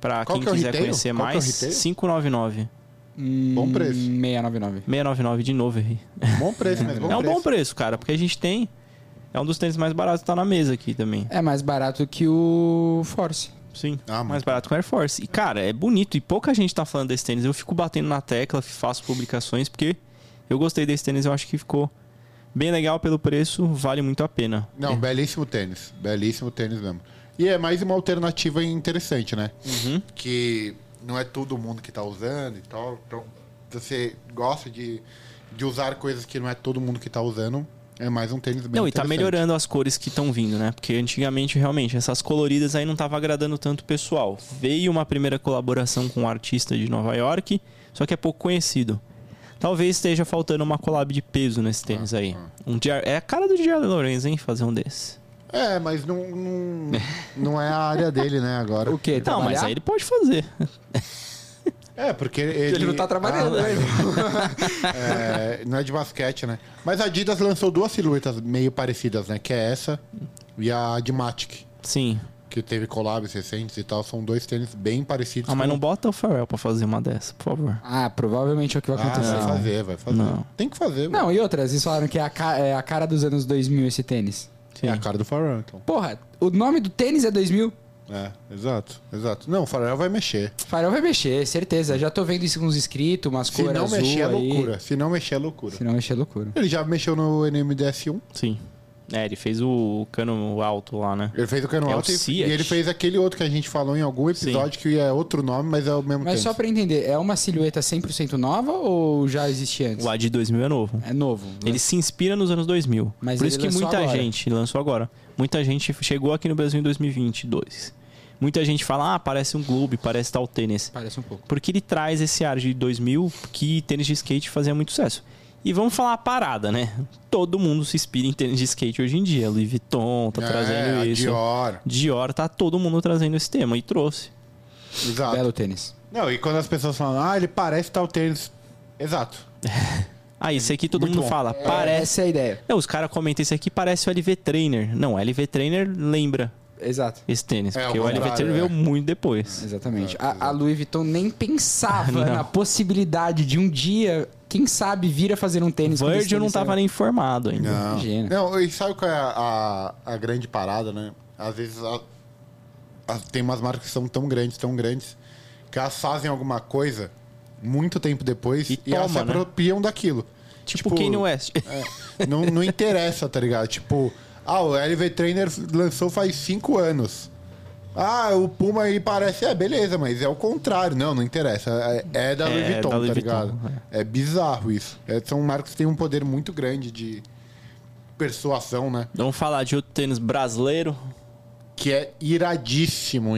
A: Pra
B: Qual
A: quem
B: que é o
A: quiser
B: retail?
A: conhecer
B: Qual que é o
A: mais,
B: retail?
A: 599.
C: Hum,
B: Bom preço.
C: 699.
A: 699 de novo, errei.
B: Bom preço, mas bom
A: é um
B: preço.
A: bom preço, cara, porque a gente tem. É um dos tênis mais baratos que tá na mesa aqui também.
C: É mais barato que o Force.
A: Sim.
B: Ah, mano.
A: mais barato que o Air Force. E, cara, é bonito. E pouca gente tá falando desse tênis. Eu fico batendo na tecla, faço publicações, porque eu gostei desse tênis. Eu acho que ficou bem legal pelo preço. Vale muito a pena.
B: Não, belíssimo tênis. Belíssimo tênis mesmo. E é mais uma alternativa interessante, né? Que não é todo mundo que tá usando e tal. Então, se você gosta de, de usar coisas que não é todo mundo que tá usando, é mais um tênis bem
A: Não, e tá
B: interessante.
A: melhorando as cores que estão vindo, né? Porque antigamente, realmente, essas coloridas aí não tava agradando tanto o pessoal. Veio uma primeira colaboração com um artista de Nova York, só que é pouco conhecido. Talvez esteja faltando uma collab de peso nesse tênis aí. Um Jar- é a cara do Jared Lorenz, hein, fazer um desse.
B: É, mas não, não, não é a área dele, né, agora.
C: O quê?
A: Não, mas
C: Trabalhar?
A: aí ele pode fazer.
B: É, porque ele...
C: Ele não tá trabalhando,
B: Ah,
C: né?
B: é, não é de basquete, né? Mas a Adidas lançou duas silhuetas meio parecidas, né? Que é essa e a de Matic.
A: Sim.
B: que teve collabs recentes e tal, são dois tênis bem parecidos.
A: Ah, mas
B: com-
A: não bota o Pharrell pra fazer uma dessa, por favor.
C: Ah, provavelmente é o que vai
B: Ah,
C: acontecer.
B: vai
C: não.
B: fazer, vai fazer.
A: Não.
B: Tem que fazer. velho.
C: Não, e outras, vocês falaram que é a, ca- é a cara dos anos 2000 esse tênis.
A: Sim.
B: É a cara do Farrell, então.
C: Porra, o nome do tênis é 2000?
B: É, exato, exato. Não, o farol vai mexer.
C: Farol vai mexer, certeza. Já tô vendo isso com uns inscritos, umas
B: Se
C: cores
B: não
C: azul
B: mexer é
C: aí.
B: loucura. Se não mexer é loucura.
C: Se não mexer é loucura.
B: Ele já mexeu no NMDS1.
A: Sim. É, ele fez o cano alto lá, né?
B: Ele fez o cano
A: É o
B: alto e- e
A: Seat.
B: ele fez aquele outro que a gente falou em algum episódio que é outro nome, mas é o mesmo
C: Mas só
B: tempo.
C: pra entender, é uma silhueta 100% nova ou já existia antes?
A: O AD 2000 é novo.
C: É novo. né?
A: Ele se inspira nos anos 2000.
C: Mas
A: Por
C: ele
A: isso que
C: lançou
A: muita
C: agora.
A: gente lançou agora. Muita gente chegou aqui no Brasil em 2022. Muita gente fala, ah, parece um Globe, parece tal tênis.
C: Parece um pouco.
A: Porque ele traz esse ar de 2000 que tênis de skate fazia muito sucesso. E vamos falar a parada, né? Todo mundo se inspira em tênis de skate hoje em dia. Louis Vuitton tá
B: É,
A: trazendo
B: a
A: isso. Dior.
B: Dior,
A: tá todo mundo trazendo esse tema e trouxe.
B: exato.
C: Belo tênis.
B: Não, e quando as pessoas falam, ah, ele parece tal tênis. Exato.
A: Aí, esse aqui todo
B: É Muito
A: mundo
B: bom. É.
A: fala, parece.
C: Parece é a ideia.
A: Não, os caras comentam isso aqui, parece o LV Trainer. Não, o LV Trainer lembra
C: Exato.
A: esse tênis.
B: É, ao
A: porque o LV
B: contrário,
A: Trainer
B: é.
A: veio muito depois.
C: Exatamente. A, a Louis Vuitton nem pensava na possibilidade de um dia, quem sabe, vir a fazer um tênis. né? quando esse
A: Virgil não
C: tênis
A: tava
C: saiu.
A: nem informado ainda.
B: Não.
C: Imagina.
B: Não, e sabe qual é a, a, a grande parada, né? Às vezes a- a- tem umas marcas que são tão grandes, tão grandes, que elas fazem alguma coisa muito tempo depois
A: E
B: e, elas se
A: toma, né?
B: apropriam daquilo.
A: Tipo, o Kanye West.
B: É, não, não interessa, tá ligado? Tipo, ah, o LV Trainer lançou faz cinco anos. Ah, o Puma aí parece. É, beleza, mas é o contrário. Não, não interessa. É, é da Louis
A: É,
B: Vuitton,
A: da Louis
B: tá
A: Vuitton,
B: ligado? É. bizarro isso. É, são marcas que têm um poder muito grande de persuasão, né?
A: Vamos falar de outro tênis brasileiro.
B: Que é iradíssimo,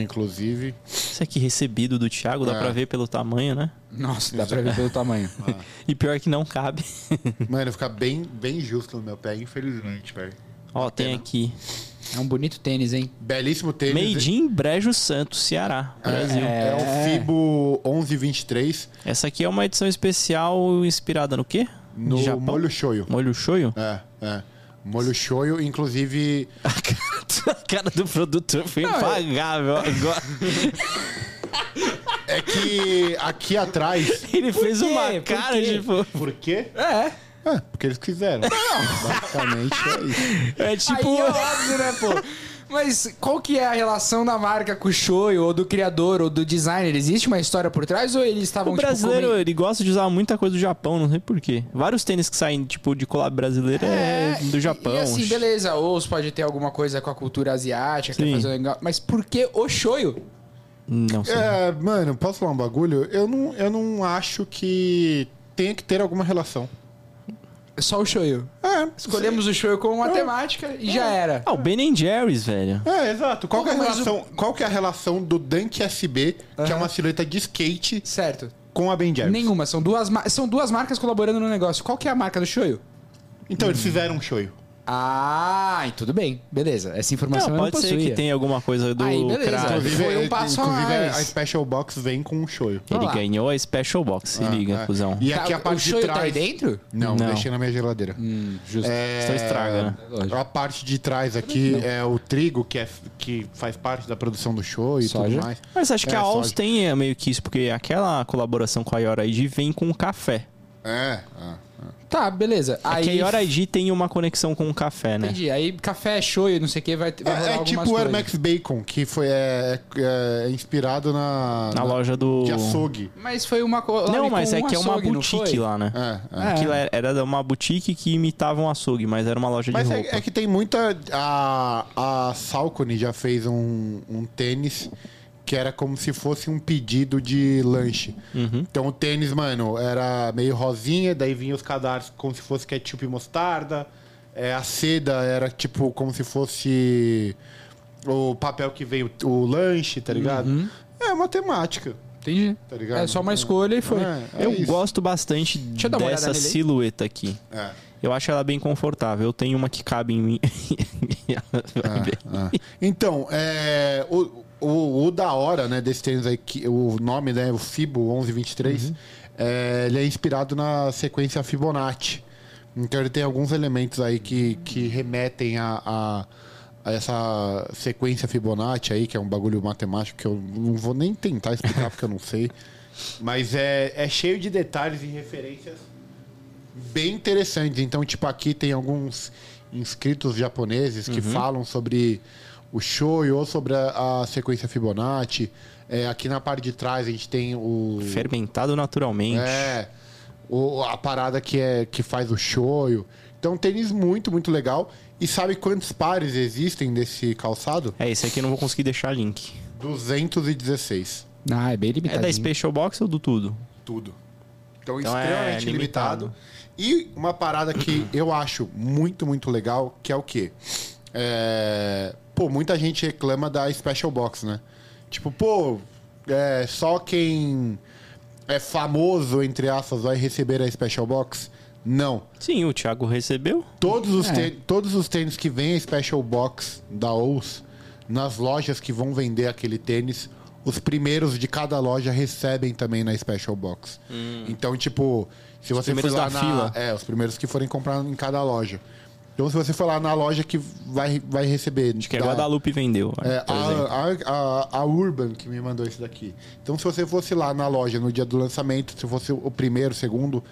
B: inclusive.
A: Esse aqui recebido do Thiago, dá
B: É.
A: pra ver pelo tamanho, né?
C: Nossa, dá pra ver pelo tamanho.
A: E pior que não cabe.
B: Mano, fica bem, bem justo no meu pé, infelizmente, velho.
A: Ó, tem aqui.
C: É um bonito tênis, hein?
B: Belíssimo tênis.
A: Made in Brejo Santos, Ceará, Brasil.
B: É, o Fibo 1123
A: Essa aqui é uma edição especial inspirada no quê?
B: no
A: De Japão?
B: molho shoyu.
A: Molho shoyu?
B: É, é. Molho shoyu, inclusive.
A: A cara do produtor foi impagável agora.
B: É que aqui atrás.
A: Ele fez
C: quê?
A: uma
C: Por
A: cara
C: quê?
A: tipo...
B: Por quê?
C: É.
B: É, porque eles quiseram. Basicamente é isso.
A: É
C: Tipo...
A: tipo...
C: Aí é óbvio, né, pô? Mas qual que é a relação da marca com o show, ou do criador, ou do designer? Existe uma história por trás ou eles estavam
A: O
C: tipo,
A: brasileiro,
C: comendo-
A: ele gosta de usar muita coisa do Japão, não sei porquê. Vários tênis que saem, tipo, de collab brasileiro é,
C: e-
A: do Japão.
C: E assim, beleza, ou você pode ter alguma coisa com a cultura asiática, quer
A: Sim.
C: fazer um negócio. Mas por que o shoyu?
A: Não sei.
B: É, mano, posso falar um bagulho? Eu não, eu não acho que tenha que ter alguma relação.
C: Só o shoyu.
B: É,
C: Escolhemos o shoyu como uma temática e já era.
A: Ah, o Ben Jerry's, velho.
B: É, exato. Qual, que é, a
C: Pô, mas
B: relação, qual que é a relação do Dunk SB, que é uma silhueta de skate,
C: Certo.
B: com a Ben Jerry's?
C: Nenhuma, são duas, ma- são duas marcas colaborando no negócio. Qual que é a marca do shoyu?
B: Então, eles fizeram um shoyu.
C: Ah, e tudo bem, beleza. Essa informação
A: Não,
C: eu não
A: pode ser
C: possuía.
A: que tenha alguma coisa do
C: Aí, beleza.
A: Crash.
C: Foi um passo a
B: inclusive,
C: mais.
B: a Special Box vem com um shoyu.
A: Ele
C: Olha lá.
A: ganhou a Special Box, se liga,
B: é.
A: cuzão.
B: E
C: Tá,
B: aqui a
C: o
B: parte de
C: shoyu tá
B: trás...
C: aí dentro?
B: Não,
A: Não.
B: deixei na minha geladeira.
C: Justo.
B: É,
A: Então estraga, né?
C: Lógico.
B: A parte de trás aqui é o trigo, que, é, que faz parte da produção do show e
C: Soja.
B: tudo mais.
A: Mas acho que
B: É,
A: a Alls
B: soja.
A: tem é, meio que isso, porque aquela colaboração com a Yoraid vem com o café.
B: É. ah.
C: Tá, beleza.
A: É que a
C: Aí,
A: Yoraid tem uma conexão com o café, né?
C: entendi. Aí café, show e não sei o que, vai, vai rolar
B: É, é
C: algumas
B: tipo o Air
C: coisas.
B: Max Bacon, que foi é, é, é inspirado na,
A: Na loja do...
B: de açougue.
C: Mas foi uma coisa...
A: Não, mas
C: um
A: é que é uma boutique lá, né?
B: É, é.
C: Ah,
A: Aquilo era- era uma boutique que imitava um açougue, mas era uma loja de
B: Mas
A: roupa.
B: é, é que tem muita. A, a Salcone já fez um, um tênis que era como se fosse um pedido de lanche.
A: Uhum.
B: Então o tênis, mano, era meio rosinha, daí vinha os cadarços como se fosse ketchup e mostarda. É, a seda era tipo como se fosse o papel que veio o lanche, tá ligado?
A: Uhum.
B: É uma temática,
C: Entendi.
B: tá ligado?
C: É só uma escolha e foi.
B: É, é
A: Eu
B: isso.
A: gosto bastante
C: eu dar uma olhada
A: dessa
C: nele aí.
A: silhueta aqui.
B: É.
A: Eu acho ela bem confortável. Eu tenho uma que cabe em mim. É Vai ver.
B: Ah. Então, é, o, o, o da hora, né, desse tênis aí, que, o nome, né, o Fibo 1123, é, ele é inspirado na sequência Fibonacci. Então ele tem alguns elementos aí que, que remetem a, a- a essa sequência Fibonacci aí, que é um bagulho matemático que eu não vou nem tentar explicar porque eu não sei. Mas é, é cheio de detalhes e referências bem interessantes. Então, tipo, aqui tem alguns inscritos japoneses que falam sobre o Shoei, ou sobre a, a sequência Fibonacci. É, aqui na parte de trás a gente tem o.
A: Fermentado naturalmente.
B: É. O, a parada que, é, que faz o shoyu. Então, um tênis muito, muito legal. E sabe quantos pares existem desse calçado?
A: É, esse aqui eu não vou conseguir deixar link.
B: 216.
D: Ah, é bem
A: É
D: limitado.
A: da Special Box ou do tudo?
B: Tudo. Então,
A: Então, é
B: extremamente limitado.
A: limitado.
B: E uma parada que eu acho muito, muito legal, que é o quê? É, Pô, muita gente reclama da Special Box, né? Tipo, pô, é, só quem é famoso, entre aspas, vai receber a Special Box? Não.
A: Sim, o Thiago recebeu.
B: Todos os,
D: É.
B: tênis, todos os tênis que vem a Special Box da OUS, nas lojas que vão vender aquele tênis, os primeiros de cada loja recebem também na Special Box. Então, tipo, se você for
A: Hum. primeiros
B: lá
A: da
B: na...
A: fila.
B: É, os primeiros que forem comprar em cada loja. Então, se você for lá na loja que vai, vai receber...
A: Acho que a
B: da-
A: Guadalupe vendeu.
B: é,
A: por exemplo.
B: a, a, a- a Urban que me mandou esse daqui. Então, se você fosse lá na loja no dia do lançamento, se fosse o primeiro, segundo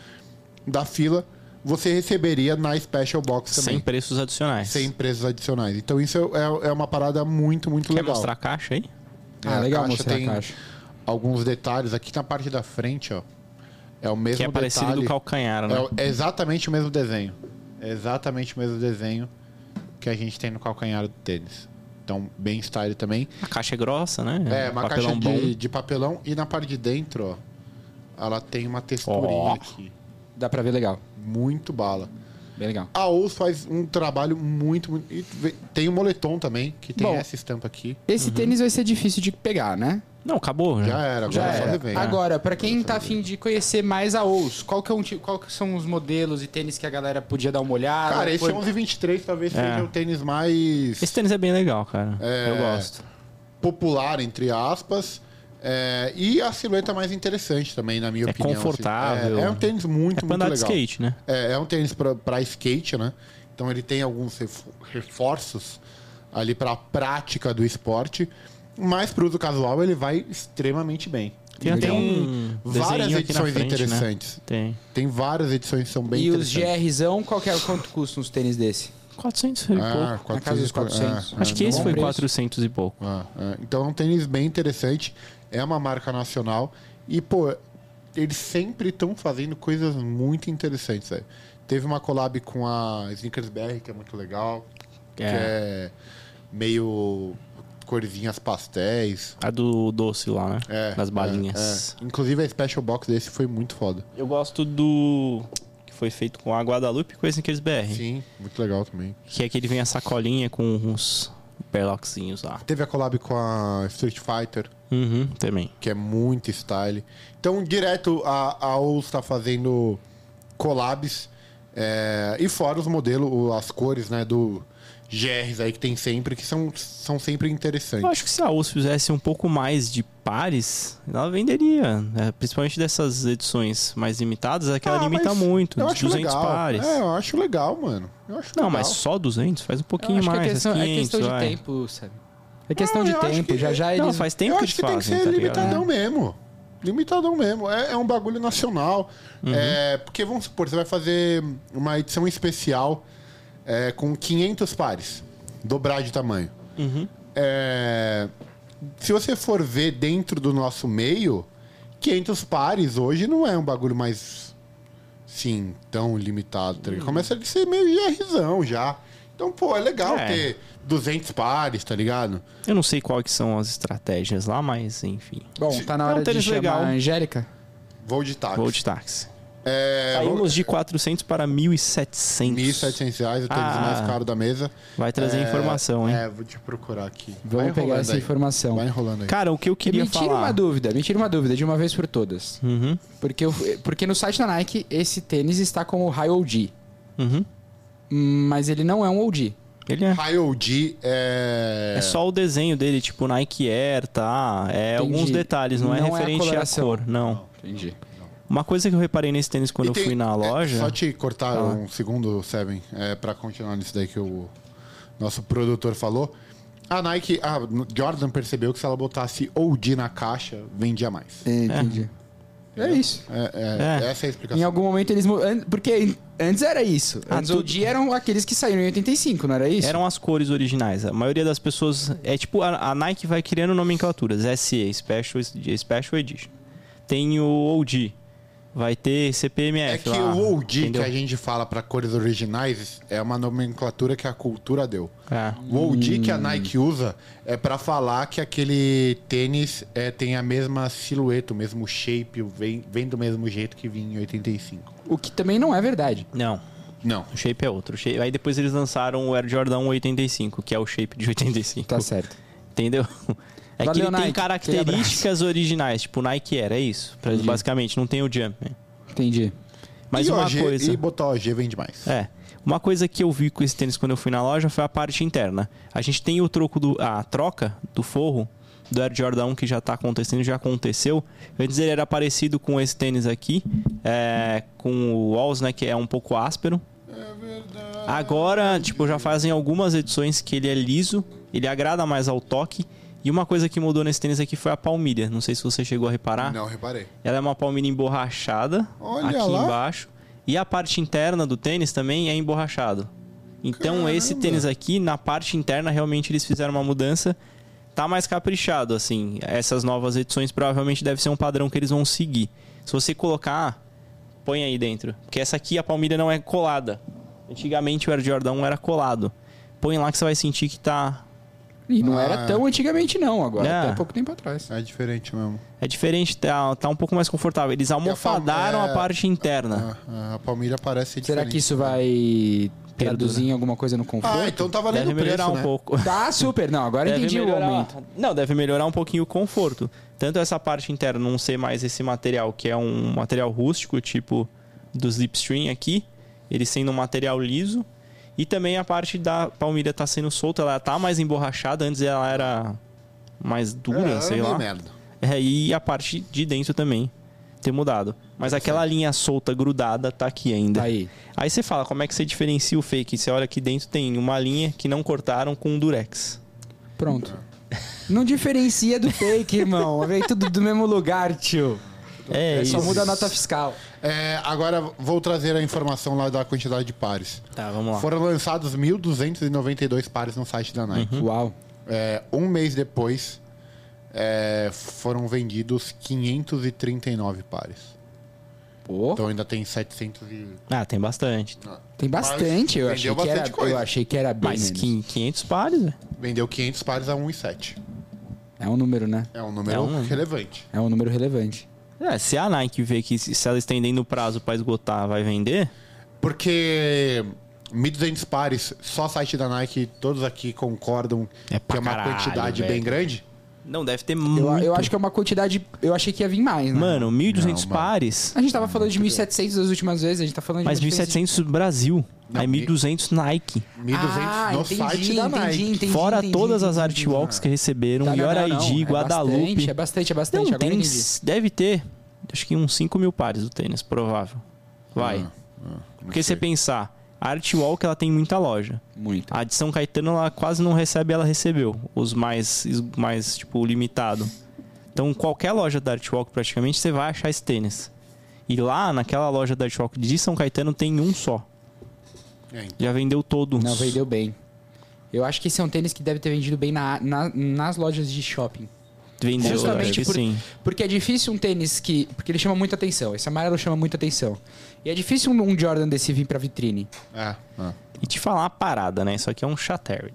B: da fila, você receberia na Special Box
A: Sem
B: também.
A: preços adicionais.
B: Sem preços adicionais. Então, isso é, é uma parada muito, muito
A: Quer
B: legal.
A: mostrar a caixa aí?
B: É,
D: Ah,
B: a
D: legal
B: caixa
D: mostrar a
B: tem
D: caixa.
B: Alguns detalhes. Aqui na parte da frente, ó. É o mesmo
A: que é parecido
B: detalhe.
A: do calcanhar, né?
B: É o- É exatamente o mesmo desenho. É exatamente o mesmo desenho que a gente tem no calcanhar do tênis. Então, bem style também.
A: A caixa é grossa, né?
B: É, uma
A: Papelão
B: caixa de, de papelão e na parte de dentro, ó, ela tem uma texturinha
A: Ó.
B: aqui.
D: Dá pra ver legal.
B: Muito bala.
D: Bem legal.
B: A OUS faz um trabalho muito, muito. e ve- Tem o moletom também, que tem
D: Bom.
B: essa estampa aqui.
D: Esse
C: Uhum.
D: tênis vai ser difícil de pegar, né?
A: Não, acabou já.
B: Já era, agora
D: Já
B: é só
D: era.
B: revenda.
D: Agora, pra quem tá afim de conhecer mais a OUS, qual que, é um ti- qual que são os modelos e tênis que a galera podia dar uma olhada?
B: Cara, esse
D: Foi-
B: é 1123 talvez seja
A: É.
B: o tênis mais
A: Esse tênis é bem legal, cara.
B: É,
A: Eu gosto.
B: popular, entre aspas. É, e a silhueta mais interessante também, na minha
A: É
B: opinião. assim.
A: confortável.
B: É, é um tênis
A: É
B: muito,
A: pra
B: muito
A: andar de
B: legal.
A: skate, né?
B: É, é um tênis pra- pra skate, né? Então ele tem alguns refo- reforços ali pra prática do esporte, mas pro uso casual ele vai extremamente bem.
A: Tem
B: E
A: até
B: tem
A: um
B: Hum, várias
A: desenho aqui na
B: edições
A: frente, né?
B: interessantes.
A: Tem.
B: Tem várias edições que são bem
D: E os
B: interessantes.
D: GRzão, qual que é, quanto custam os tênis desse?
A: 400
B: Ah,
A: e pouco.
D: Na casa dos
B: é,
D: 400.
A: Acho que é esse
D: bom
A: foi
D: preço.
A: 400 e pouco.
B: Ah, ah, Então é um tênis bem interessante, é uma marca nacional e, pô, eles sempre estão fazendo coisas muito interessantes, velho. Teve uma collab com a Sneakers BR, que é muito legal, que é meio corzinhas pastéis.
A: A do doce lá, né?
B: É,
A: Das
B: é,
A: balinhas.
B: é. Inclusive a special box desse foi muito foda.
A: Eu gosto do. Que foi feito com a Guadalupe e com a Snickers BR.
B: Sim, muito legal também.
A: Que é que ele vem a sacolinha com uns berlockzinhos lá.
B: Teve a collab com a Street Fighter,
A: Uhum, também.
B: que é muito style. Então, direto a, a OUS tá fazendo collabs. é, e fora os modelos, o- as cores, né, do GRs aí que tem sempre, que são, são sempre
A: Eu
B: interessantes.
A: acho que se a US fizesse um pouco mais de pares, ela venderia. né? Principalmente dessas edições mais limitadas, é que ela
B: Ah,
A: limita
B: mas
A: muito,
B: eu
A: de
B: acho
A: 200
B: legal.
A: pares.
B: É, eu acho legal, mano. Eu acho
A: Não,
B: legal.
A: mas só 200? Faz um pouquinho
D: acho que
A: mais.
D: é questão,
A: faz
D: é
A: 500,
D: questão de
A: vai.
D: tempo, sabe? É questão
B: Ah,
D: de
B: eu acho
D: tempo,
B: que-
D: já já
A: Não,
D: eles...
A: faz tempo
B: Eu
A: que
B: acho
A: eles
B: que tem que
A: fazem,
B: ser
A: tá ligado?
B: limitadão mesmo. Limitadão mesmo. É, é um bagulho nacional.
A: Uhum.
B: É, porque, vamos supor, você vai fazer uma edição especial é, com 500 pares. Dobrar de tamanho.
A: Uhum.
B: É, se você for ver dentro do nosso meio, 500 pares hoje não é um bagulho mais, sim, tão limitado. tá ligado?
A: Uhum.
B: Começa a ser meio IRzão já. Então, pô, é legal
A: É.
B: ter 200 pares, tá ligado?
A: Eu não sei qual que são as estratégias lá, mas enfim.
D: Bom, tá
A: É
D: na
A: um
D: hora de
A: tênis
D: chamar
A: legal.
D: a Angélica.
B: Vou de táxi.
A: Vou de táxi.
B: É, vamos-
A: Saímos de 400 para 1.700.
B: 1.700 reais, o tênis
A: Ah.
B: é mais caro da mesa.
A: Vai trazer
B: É,
A: informação, hein?
B: É, vou te procurar aqui.
D: Vamos
B: Vai
D: pegar
B: enrolando
D: essa
B: aí.
D: informação.
B: Vai enrolando aí.
A: Cara, o que eu queria
D: me tira
A: falar...
D: uma dúvida, me tira uma dúvida, de uma vez por todas.
A: Uhum,
D: Porque, eu- porque no site da Nike, esse tênis está como High OG.
A: uhum.
D: Mas ele não é um OG.
A: Ele é.
B: High OG é...
A: É só o desenho dele, tipo Nike Air, tá? É
D: Entendi.
A: alguns detalhes, não, é
D: Não é a
A: referente à
D: coloração.
A: cor, não.
D: Entendi.
A: Uma coisa que eu reparei nesse tênis quando
B: E tem-
A: eu fui na
B: é,
A: loja. Tá
B: só te cortar
A: lá.
B: um segundo, Seven, é, pra continuar nisso daí que o nosso produtor falou. A Nike, a Jordan percebeu que se ela botasse OG na caixa, vendia mais.
D: É, Entendi.
C: É isso.
B: É, é,
A: É.
B: Essa é a
C: Em
B: explicação.
C: algum momento eles. mu- an- Porque antes era isso.
A: Ah,
C: antes
A: tu-
C: o dia eram aqueles que saíram em 85, não era isso?
A: Eram as cores originais. A maioria das pessoas. É tipo, a, a Nike vai criando nomenclaturas. SE, Special, Special Edition. Tem o OG. Vai ter CPMF.
B: É que
A: lá,
B: o OG
A: ah, entendeu?
B: que a gente fala para cores originais é uma nomenclatura que a cultura deu.
A: É.
B: O OG que a Nike usa é para falar que aquele tênis é, tem a mesma silhueta, o mesmo shape, o vem, vem do mesmo jeito que vinha em 85.
C: O que também não é verdade.
A: Não,
B: Não.
A: o shape é outro. O shape- Aí depois eles lançaram o Air Jordan 85, que é o shape de 85.
C: Tá certo.
A: Entendeu? É
C: Valeu,
A: que ele
C: Nike.
A: tem características originais, tipo o Nike era, é isso. Pra- Basicamente, não tem o Jumpman.
C: Entendi.
A: Mas
B: e
A: uma
B: OG,
A: coisa.
B: E botar OG vende mais.
A: É. Uma coisa que eu vi com esse tênis quando eu fui na loja foi a parte interna. A gente tem o troco do. A troca do forro do Air Jordan 1 que já tá acontecendo, já aconteceu. Antes ele era parecido com esse tênis aqui, é, com o Walls, né? Que é um pouco áspero.
B: É
A: Agora, tipo, já fazem algumas edições que ele é liso, ele agrada mais ao toque. E uma coisa que mudou nesse tênis aqui foi a palmilha. Não sei se você chegou a reparar.
B: Não, reparei.
A: Ela é uma palmilha emborrachada
B: Olha
A: aqui
B: lá.
A: embaixo. E a parte interna do tênis também é emborrachado. Então esse tênis aqui, na parte interna, realmente eles fizeram uma mudança. Tá mais caprichado, assim. Essas novas edições provavelmente deve ser um padrão que eles vão seguir. Se você colocar, põe aí dentro. Porque essa aqui, a palmilha não é colada. Antigamente o Air Jordan 1 era colado. Põe lá que você vai sentir que tá...
C: E não
B: Ah.
C: era tão antigamente, não, agora.
A: É.
C: Até pouco tempo atrás.
B: É diferente mesmo.
A: É diferente, tá, tá um pouco mais confortável. Eles almofadaram
B: é-
A: a parte interna.
B: A, a palmilha parece ser
C: Será
B: diferente.
C: que isso vai traduzir em alguma coisa no conforto?
B: Ah, então tava lendo
A: é Deve
B: o preço,
A: melhorar um
B: né?
A: pouco.
C: Tá super. Não, agora entendi o aumento.
A: Não, deve melhorar um pouquinho o conforto. Tanto essa parte interna não ser mais esse material, que é um material rústico, tipo do Slipstream aqui, ele sendo um material liso. E também a parte da palmilha tá sendo solta, ela tá mais emborrachada, antes ela era mais dura,
B: É,
A: sei
B: meio
A: lá.
B: merda.
A: É, e a parte de dentro também ter mudado. Mas
B: Tá
A: aquela linha solta, grudada, tá aqui ainda.
C: Tá aí.
A: Aí você fala, como é que você diferencia o fake? Você olha que dentro tem uma linha que não cortaram com um durex.
C: Pronto. Não diferencia do fake, irmão. Vem tudo do mesmo lugar, tio.
A: É,
C: Só
A: isso.
C: muda a nota fiscal.
B: É, agora vou trazer a informação lá da quantidade de pares.
A: Tá, vamos lá.
B: Foram lançados 1.292 pares no site da Nike.
C: Uau.
B: É, um mês depois, é, foram vendidos 539 pares.
C: Pô,
B: Então ainda tem 700 e...
A: Ah, tem bastante.
C: tem bastante. Eu
B: Mas
C: achei,
B: vendeu
C: que era,
B: bastante coisa.
C: eu achei que era bem
A: Mais
C: menos.
A: 500 pares, é? velho.
B: Vendeu 500 pares a 1,7.
C: É um número, né?
B: É um número
A: É um-
B: relevante.
C: É um número relevante.
A: É, se a Nike vê que se se ela estendendo o prazo pra esgotar, vai vender,
B: Porque 1.200 pares, só site da Nike, todos aqui concordam
A: É pra
B: que é uma
A: caralho,
B: quantidade
A: velho.
B: bem grande.
A: não deve ter
C: Eu,
A: muito.
C: eu acho que é uma quantidade. Eu achei que ia vir mais, né?
A: Mano, 1.200
B: Não, mano.
A: pares,
C: A É, gente tava falando de 1.700 das últimas vezes, a gente tá falando de.
A: mas
C: uma diferença de-
A: 1.700 Brasil.
B: Não,
A: aí
B: mi-
A: 1.200 Nike.
B: 1.200
C: Ah,
B: no
C: entendi,
B: site da
C: entendi,
B: Nike.
C: entendi,
A: Fora
C: entendi,
A: todas as
C: entendi, entendi.
A: artwalks que receberam,
C: Tá, não, não,
A: Yorid,
C: não, É
A: Guadalupe.
C: bastante, é bastante, é
A: Não,
C: bastante. Agora eu
A: tem,
C: entendi.
A: deve ter, acho que uns 5 mil pares do tênis, provável.
C: Hum,
A: Vai.
B: Ah, ah, não
A: Porque se você
B: sei.
A: pensar, a Artwalk ela tem muita loja.
C: Muito.
A: A de São Caetano ela quase não recebe, ela recebeu. Os mais, es- mais tipo, limitado. Então, qualquer loja da Artwalk, praticamente, você vai achar esse tênis. E lá, naquela loja da Artwalk de São Caetano, tem um só.
B: É, então.
A: Já vendeu todos.
C: Não, vendeu bem. Eu acho que esse é um tênis que deve ter vendido bem na- na- nas lojas de shopping.
A: Vendeu,
C: Justamente
A: acho que
C: por-
A: sim.
C: Porque é difícil um tênis que. Porque ele chama muita atenção. Esse amarelo chama muita atenção. E é difícil um, um Jordan desse vir pra vitrine.
B: É, é.
A: E te falar uma parada, né? Isso aqui é um Shattered.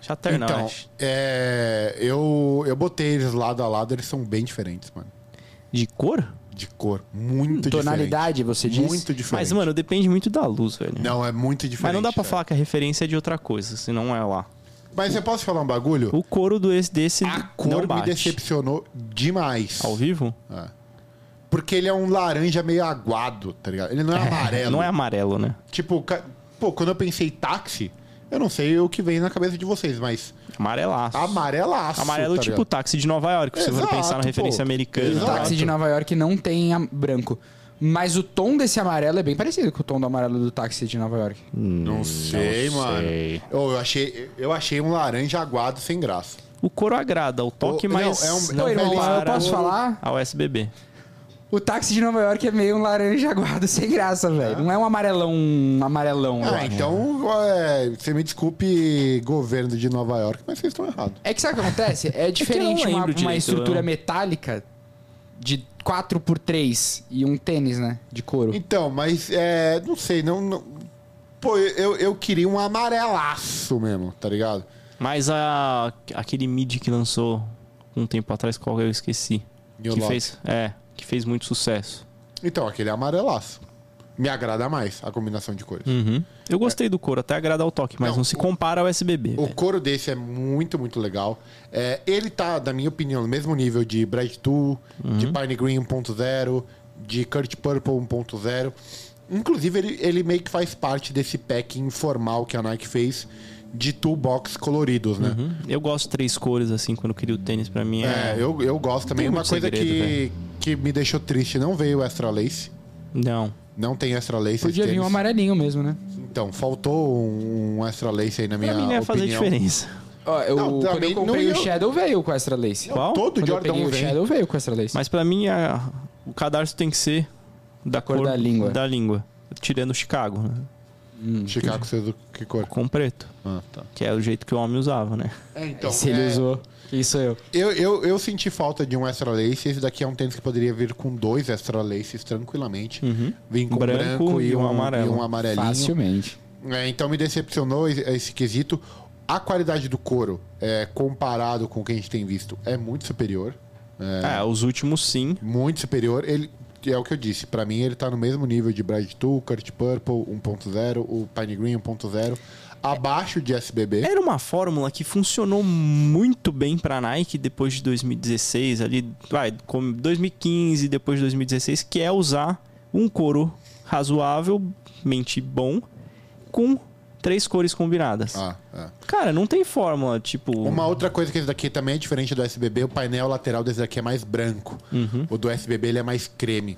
A: Shattered não,
B: Então,
A: acho.
B: é, eu, eu botei eles lado a lado, eles são bem diferentes, mano.
A: De cor?
B: De cor, muito
C: Tonalidade, você
B: diferente.
C: diz?
B: Muito diferente.
A: Mas, mano, depende muito da luz, velho.
B: Não, é muito
A: Mas
B: diferente.
A: não dá pra
B: cara.
A: falar que a referência é de outra coisa, se não é lá.
B: Mas eu posso falar um bagulho?
A: O couro do esse desse
B: A
A: não
B: cor me
A: bate.
B: decepcionou demais.
A: Ao vivo?
B: É. Porque ele é um laranja meio aguado, tá ligado? Ele não é amarelo.
A: Não é amarelo, né?
B: Tipo, ca- pô, quando eu pensei táxi, eu não sei o que vem na cabeça de vocês, mas
A: Amarelaço.
B: amarelaço.
A: Amarelo
B: tá
A: tipo
B: ligado?
A: táxi de Nova York, se você for
B: Exato,
A: pensar na
B: pô.
A: referência americana.
B: Exato.
C: O táxi de Nova York não tem am- branco. Mas o tom desse amarelo é bem parecido com o tom do amarelo do táxi de Nova York.
B: Não sei, mano.
A: Hum, sei.
B: Eu, eu achei, eu achei um laranja aguado sem graça.
A: O couro agrada, o toque
B: O-
A: mais
B: não, é um-
A: não
C: Pô, irmão, Então, eu
A: para
C: posso falar?
A: ao SBB.
C: O táxi de Nova York é meio um laranja aguado sem graça, velho. Não é um amarelão, um amarelão, eu
B: Ah,
C: acho.
B: então, é, você me desculpe, governo de Nova York, mas vocês estão errados.
C: É que sabe o que acontece? É diferente
A: lembro
C: uma, uma
A: direito,
C: estrutura
B: né?
A: eu-
C: metálica de 4x3 e um tênis, né? De couro.
B: Então, mas é, não sei, não. não- pô, eu, eu queria um amarelaço mesmo, tá ligado?
A: Mas a, aquele mid que lançou um tempo atrás, qual que eu esqueci?
B: New
A: que
B: Lock.
A: fez, é, que fez muito sucesso.
B: Então, aquele amarelaço. Me agrada mais a combinação de cores.
A: Eu gostei do couro, até agrada ao toque, mas
B: Não,
A: não, se compara ao SBB.
B: O
A: velho.
B: couro desse é muito, muito legal. É, ele tá, na minha opinião, no mesmo nível de Brad Tool, de Pine Green 1.0, de Kurt Purple 1.0. Inclusive, ele, ele meio que faz parte desse pack informal que a Nike fez de toolbox coloridos, né?
A: Uhum. Eu gosto três cores, assim, quando eu queria o tênis, pra mim é...
B: É, eu, eu gosto também.
A: tem
B: Uma
A: muito
B: coisa
A: segredo,
B: que, que me deixou triste, não veio o Extra Lace.
A: Não.
B: Não tem Extra Lace.
C: Podia
B: esse
C: vir um
B: tênis.
C: amarelinho mesmo, né?
B: Então, faltou um Extra Lace aí na minha
A: Pra mim não ia fazer
B: opinião.
A: diferença.
C: Ó, eu,
B: Não,
C: quando
B: também
C: eu
B: não
C: comprei
B: ia-
C: o Shadow, veio com extra lace.
A: Qual?
B: Todo
C: Quando eu
B: Jordan
C: peguei o
B: vem.
C: Shadow, veio com extra lace.
A: Mas pra mim, a- o cadarço tem que ser da
C: Cor
A: cor,
C: da língua.
A: da língua. Tirando o Chicago, né?
B: Chicago, você que cor?
A: Com preto.
B: Ah, tá.
A: Que é o jeito que o homem usava, né?
B: É, então,
C: Se ele
B: é,
C: usou. Isso eu.
B: eu, eu, eu senti falta de um extra lace. Esse daqui é um tênis que poderia vir com dois extra laces tranquilamente. Vim com branco,
A: Branco
B: e,
A: e
B: um,
A: um amarelo.
B: e um amarelinho.
C: Facilmente.
B: É, então me decepcionou esse- esse quesito. A qualidade do couro, é, comparado com o que a gente tem visto, é muito superior.
A: É, os últimos sim.
B: Muito superior. Ele é o que eu disse. Pra mim, ele tá no mesmo nível de Brad Tool, Kurt Purple 1.0, o Pine Green 1.0, abaixo de SBB.
A: Era uma fórmula que funcionou muito bem pra Nike depois de 2016, ali, vai, como 2015, depois de 2016, que é usar um couro razoavelmente bom com três cores combinadas.
B: Ah, é.
A: Cara, não tem fórmula, tipo,
B: Uma outra coisa que esse daqui também é diferente do SBB, o painel lateral desse daqui é mais branco. O do SBB ele é mais creme.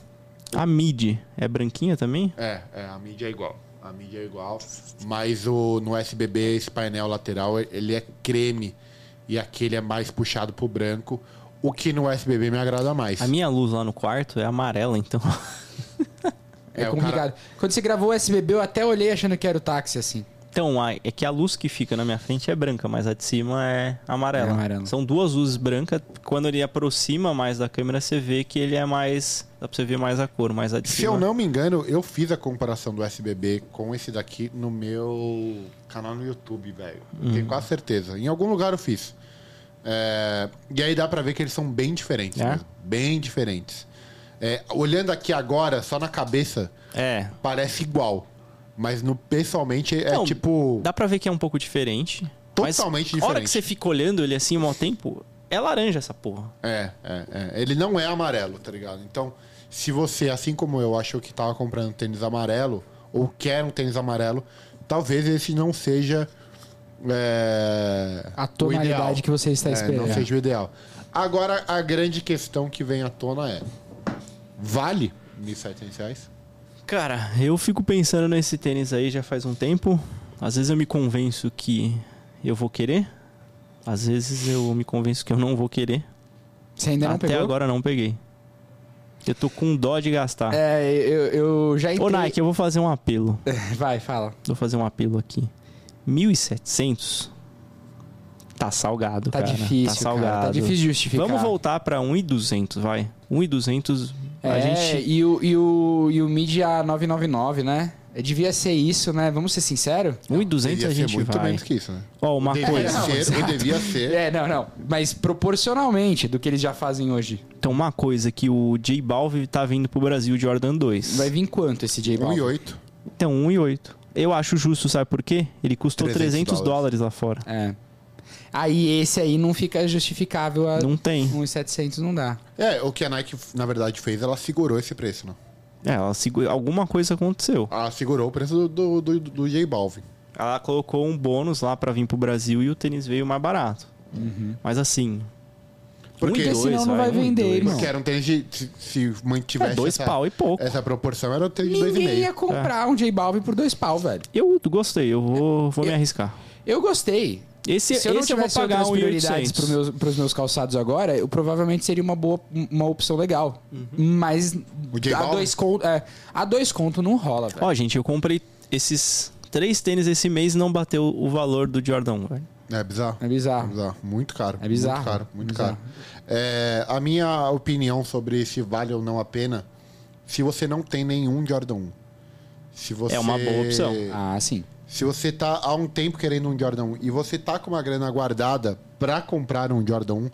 A: a mid é branquinha também?
B: É, é, a mídia é igual. A mídia é igual, mas o no SBB esse painel lateral ele é creme e aquele é mais puxado pro branco, o que no SBB me agrada mais.
A: A minha luz lá no quarto é amarela, então.
C: É,
B: É, o
C: complicado. Quando você gravou o SBB, eu até olhei achando que era o táxi, assim.
A: Então, a- é que a luz que fica na minha frente é branca, mas a de cima é amarela.
C: É amarela.
A: São duas luzes brancas. Quando ele aproxima mais da câmera, você vê que ele é mais. Dá pra você ver mais a cor, mas a de
B: Se
A: cima.
B: eu não me engano, eu fiz a comparação do SBB com esse daqui no meu canal no YouTube, velho. Eu
A: Hum.
B: Tenho quase certeza. Em algum lugar eu fiz. É, E aí dá pra ver que eles são bem diferentes.
A: É?
B: mesmo. Bem diferentes. É, olhando aqui agora, só na cabeça,
A: É.
B: parece igual. Mas no pessoalmente é
A: Não,
B: tipo.
A: Dá pra ver que é um pouco diferente.
B: Totalmente
A: mas A hora
B: diferente.
A: que você fica olhando ele assim, um mau tempo, é laranja essa porra.
B: É, é, é. Ele não é amarelo, tá ligado? Então, se você, assim como eu, achou que tava comprando tênis amarelo, ou quer um tênis amarelo, talvez esse não seja. é, o
C: A
B: ideal.
C: tonalidade que você está
B: É,
C: esperando.
B: não seja o ideal. Agora, a grande questão que vem à tona é: vale R$ 1.700 reais?
A: Cara, eu fico pensando nesse tênis aí já faz um tempo. Às vezes eu me convenço que eu vou querer. Às vezes eu me convenço que eu não vou querer.
C: Você ainda não
A: Até
C: pegou?
A: agora não peguei. Eu tô com dó de gastar.
C: É, eu, eu já entrei...
A: Ô Nike, eu vou fazer um apelo.
C: Vai, fala.
A: Vou fazer um apelo aqui. 1.700 tá salgado,
C: Tá
A: cara.
C: difícil,
A: tá salgado.
C: cara. Tá difícil justificar.
A: Vamos voltar pra 1.200, vai. 1.200
C: É,
A: a gente
C: e o, e o, e o Media 999, né? Devia ser isso, né? Vamos ser sinceros?
A: 1.200 a
B: Devia ser
A: gente
B: muito
A: vai.
B: menos que isso, né?
A: Ó, uma
B: Devia
A: coisa.
B: ser, e devia ser.
C: É, não, não. Mas proporcionalmente do que eles já fazem hoje.
A: Então uma coisa que o J Balve tá vindo pro Brasil Jordan 2.
C: Vai vir quanto esse J Balvin?
B: 1,8.
A: Então 1.8. Eu acho justo, sabe por quê? Ele custou
B: 300
A: 300, dólares lá fora.
C: É. Aí esse aí não fica justificável a
A: Não tem.
C: uns 700 não dá.
B: É, o que a Nike, na verdade, fez, ela segurou esse preço, não?
A: É, ela segura- alguma coisa aconteceu.
B: Ela segurou o preço do, do, do, do J Balvin.
A: Ela colocou um bônus lá pra vir pro Brasil e o tênis veio mais barato. Mas assim.
B: Porque-
A: e
C: Senão não vai
A: um e
C: vender,
A: dois.
C: irmão.
B: Porque era um tênis de. Se, se mantivesse.
A: É, dois
B: essa,
A: pau e pouco.
B: Essa proporção era um tênis de dois e
C: Ninguém
B: meio.
C: ia comprar um J Balvin por dois pau, velho.
B: É,
A: Eu gostei, eu vou, vou me arriscar.
C: Eu gostei.
A: Esse,
C: Se eu não
A: esse eu vou
C: tivesse
A: pagar
C: outras
A: um
C: prioridades para os meus, pros meus calçados agora, eu provavelmente seria uma boa uma opção legal.
A: Uhum.
C: Mas
B: J
C: a
B: Balvin?
C: dois, conto, é, a dois conto não rola, velho.
A: Ó, gente, eu comprei esses três tênis esse mês e não bateu o valor do Jordan 1, velho.
B: É bizarro.
C: É bizarro.
B: Bizarro, Muito caro.
C: É bizarro.
B: Muito caro, muito
C: Bizarro.
B: caro. É, a minha opinião sobre se vale ou não a pena, se você não tem nenhum Jordan 1. Se você,
A: É uma boa opção.
C: Ah, sim.
B: Se você tá há um tempo querendo um Jordan 1 e você tá com uma grana guardada pra comprar um Jordan 1,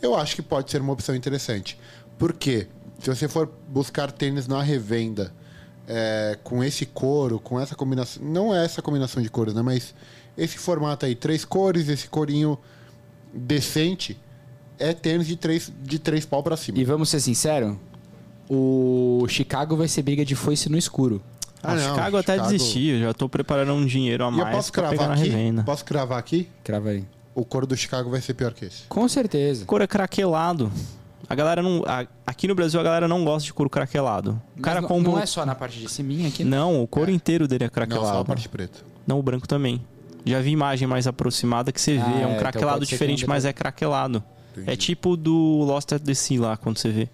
B: eu acho que pode ser uma opção interessante. Por quê? Se você for buscar tênis na revenda é, com esse couro, com essa combinação. Não é essa combinação de cores, né? Mas esse formato aí, três cores, esse corinho decente, é tênis de três, de três pau pra cima.
C: E vamos ser sinceros, o Chicago vai ser briga de foice no escuro.
B: Ah,
A: a
B: não,
A: Chicago até
B: Chicago-
A: desistiu, já tô preparando um dinheiro a
B: E eu
A: mais
B: posso
A: pra pegar
B: cravar
A: na
B: aqui?
A: revenda.
B: Posso cravar aqui?
C: Crava aí.
B: O couro do Chicago vai ser pior que esse.
C: Com certeza.
A: Couro é craquelado. A galera não. a- aqui no Brasil a galera não gosta de couro craquelado. O cara
C: Mas não,
A: compra.
C: não
A: um-
C: é só na parte de cima aqui. né?
A: Não, o couro inteiro dele é
B: Não, só a
A: craquelado.
B: parte preta.
A: Não, o branco também. Já vi imagem mais aproximada que você
C: Ah,
A: vê. É
C: é,
A: um
C: então
A: craquelado
C: pode ser que
A: diferente,
C: não dê
A: mas é craquelado.
B: Entendi.
A: É tipo do Lost at the Sea lá, quando você vê.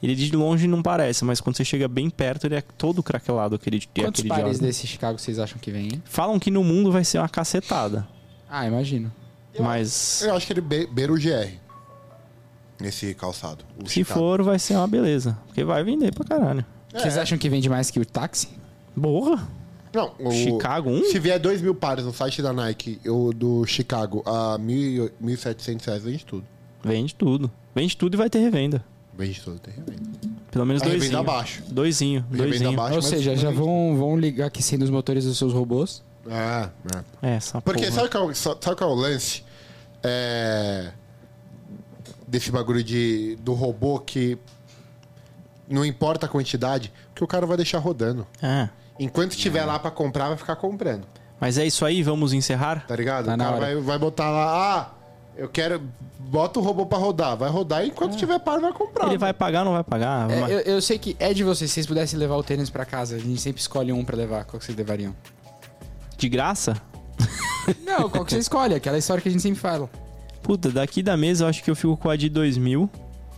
A: Ele de longe não parece, mas quando você chega bem perto, ele é todo craquelado, aquele,
C: Quantos
A: aquele
C: pares
A: Jordan.
C: desse Chicago vocês acham que vem, hein?
A: Falam que no mundo vai ser uma cacetada.
C: Ah, imagino.
A: mas
B: Eu acho que ele be- beira o GR. Esse calçado. o
A: se
C: tá.
B: Chicago.
A: for, vai ser uma beleza. Porque vai vender pra caralho.
B: É.
C: Vocês acham que vende mais que o táxi?
A: Borra!
B: Não, o...
A: Chicago 1?
B: Se vier 2 mil pares no site da Nike, o do Chicago, a 1.000 1.700 reais, vende tudo.
A: Vende tudo. Vende tudo e vai ter revenda.
B: Vende tudo, tem revenda.
A: Pelo menos
B: A
A: doisinho.
B: É revenda abaixo.
A: Doisinho,
B: Revenda
A: doisinho.
B: abaixo.
C: Ou
B: mas-
C: seja, já
B: mas-
C: vão, vão ligar aquecendo os motores dos seus robôs.
B: É, é.
A: É, essa
B: Porque
A: porra.
B: sabe qual, sa- sabe qual é o lance? É, Desse bagulho de, do robô que não importa a quantidade, que o cara vai deixar rodando.
A: É.
B: Enquanto estiver lá pra comprar, vai ficar comprando.
A: Mas é isso aí, vamos encerrar?
B: Tá ligado?
C: Tá
B: o
C: na
B: cara
C: hora.
B: vai, vai botar lá, ah, eu quero. Bota o robô pra rodar. Vai rodar e enquanto tiver par, vai comprar.
A: É. Ele vai pagar ou não vai pagar?
C: É,
A: Mas-
C: eu, eu sei que é de vocês. Se vocês pudessem levar o tênis pra casa, a gente sempre escolhe um pra levar. Qual que vocês levariam?
A: De graça?
C: Não, qual que você escolhe? Aquela história que a gente sempre fala.
A: Puta, daqui da mesa eu acho que eu fico com a de 2000,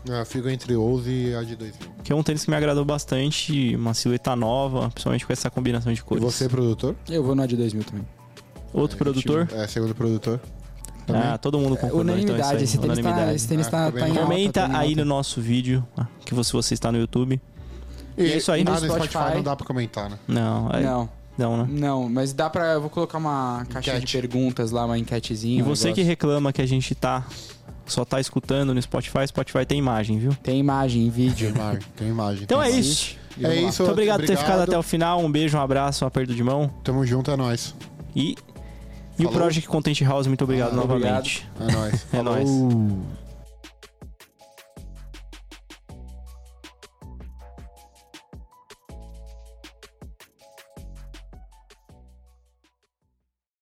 B: Eu fico Ah, entre 11 e a de 2 mil.
A: que é um tênis que me agradou bastante, uma silhueta nova, principalmente com essa combinação de
B: E
A: cores.
B: você, produtor?
C: Eu vou no de 2000 também.
A: Tá, Outro produtor?
B: É, segundo produtor. também.
A: Ah, todo mundo concordou, então
C: unanimidade,
A: é isso
C: esse
A: aí,
C: tênis tá, esse tênis
B: Ah,
C: tá,
B: ficou bem
C: tá em
B: legal.
C: alta,
A: Comenta
C: tá em
A: aí
C: alta.
A: no nosso vídeo, ah, que você, você está no YouTube. E é isso aí.
B: Ah,
A: No
B: no Spotify,
C: Spotify
B: não dá pra comentar, né?
A: Não, é-
C: Não,
A: não, né?
C: não, mas dá pra... Eu vou colocar uma caixa de
B: Enquete.
C: perguntas lá, uma enquetezinha.
A: E
C: um
A: você que
C: negócio.
A: reclama que a gente tá só tá escutando no Spotify, Spotify tem imagem, viu?
C: Tem imagem,
B: Tem
C: vídeo.
B: imagem. Tem imagem
A: Então
B: tem
A: é
B: imagem.
A: isso.
C: E vamos
B: É
C: lá.
B: isso.
A: Muito obrigado por ter ficado até o final. Um beijo, um abraço, um aperto de mão.
B: Tamo junto, é nóis.
A: E, e o
B: Falou.
A: Project Content House, muito obrigado
B: Ah,
A: novamente.
B: É nóis.
A: É nóis.
B: Falou.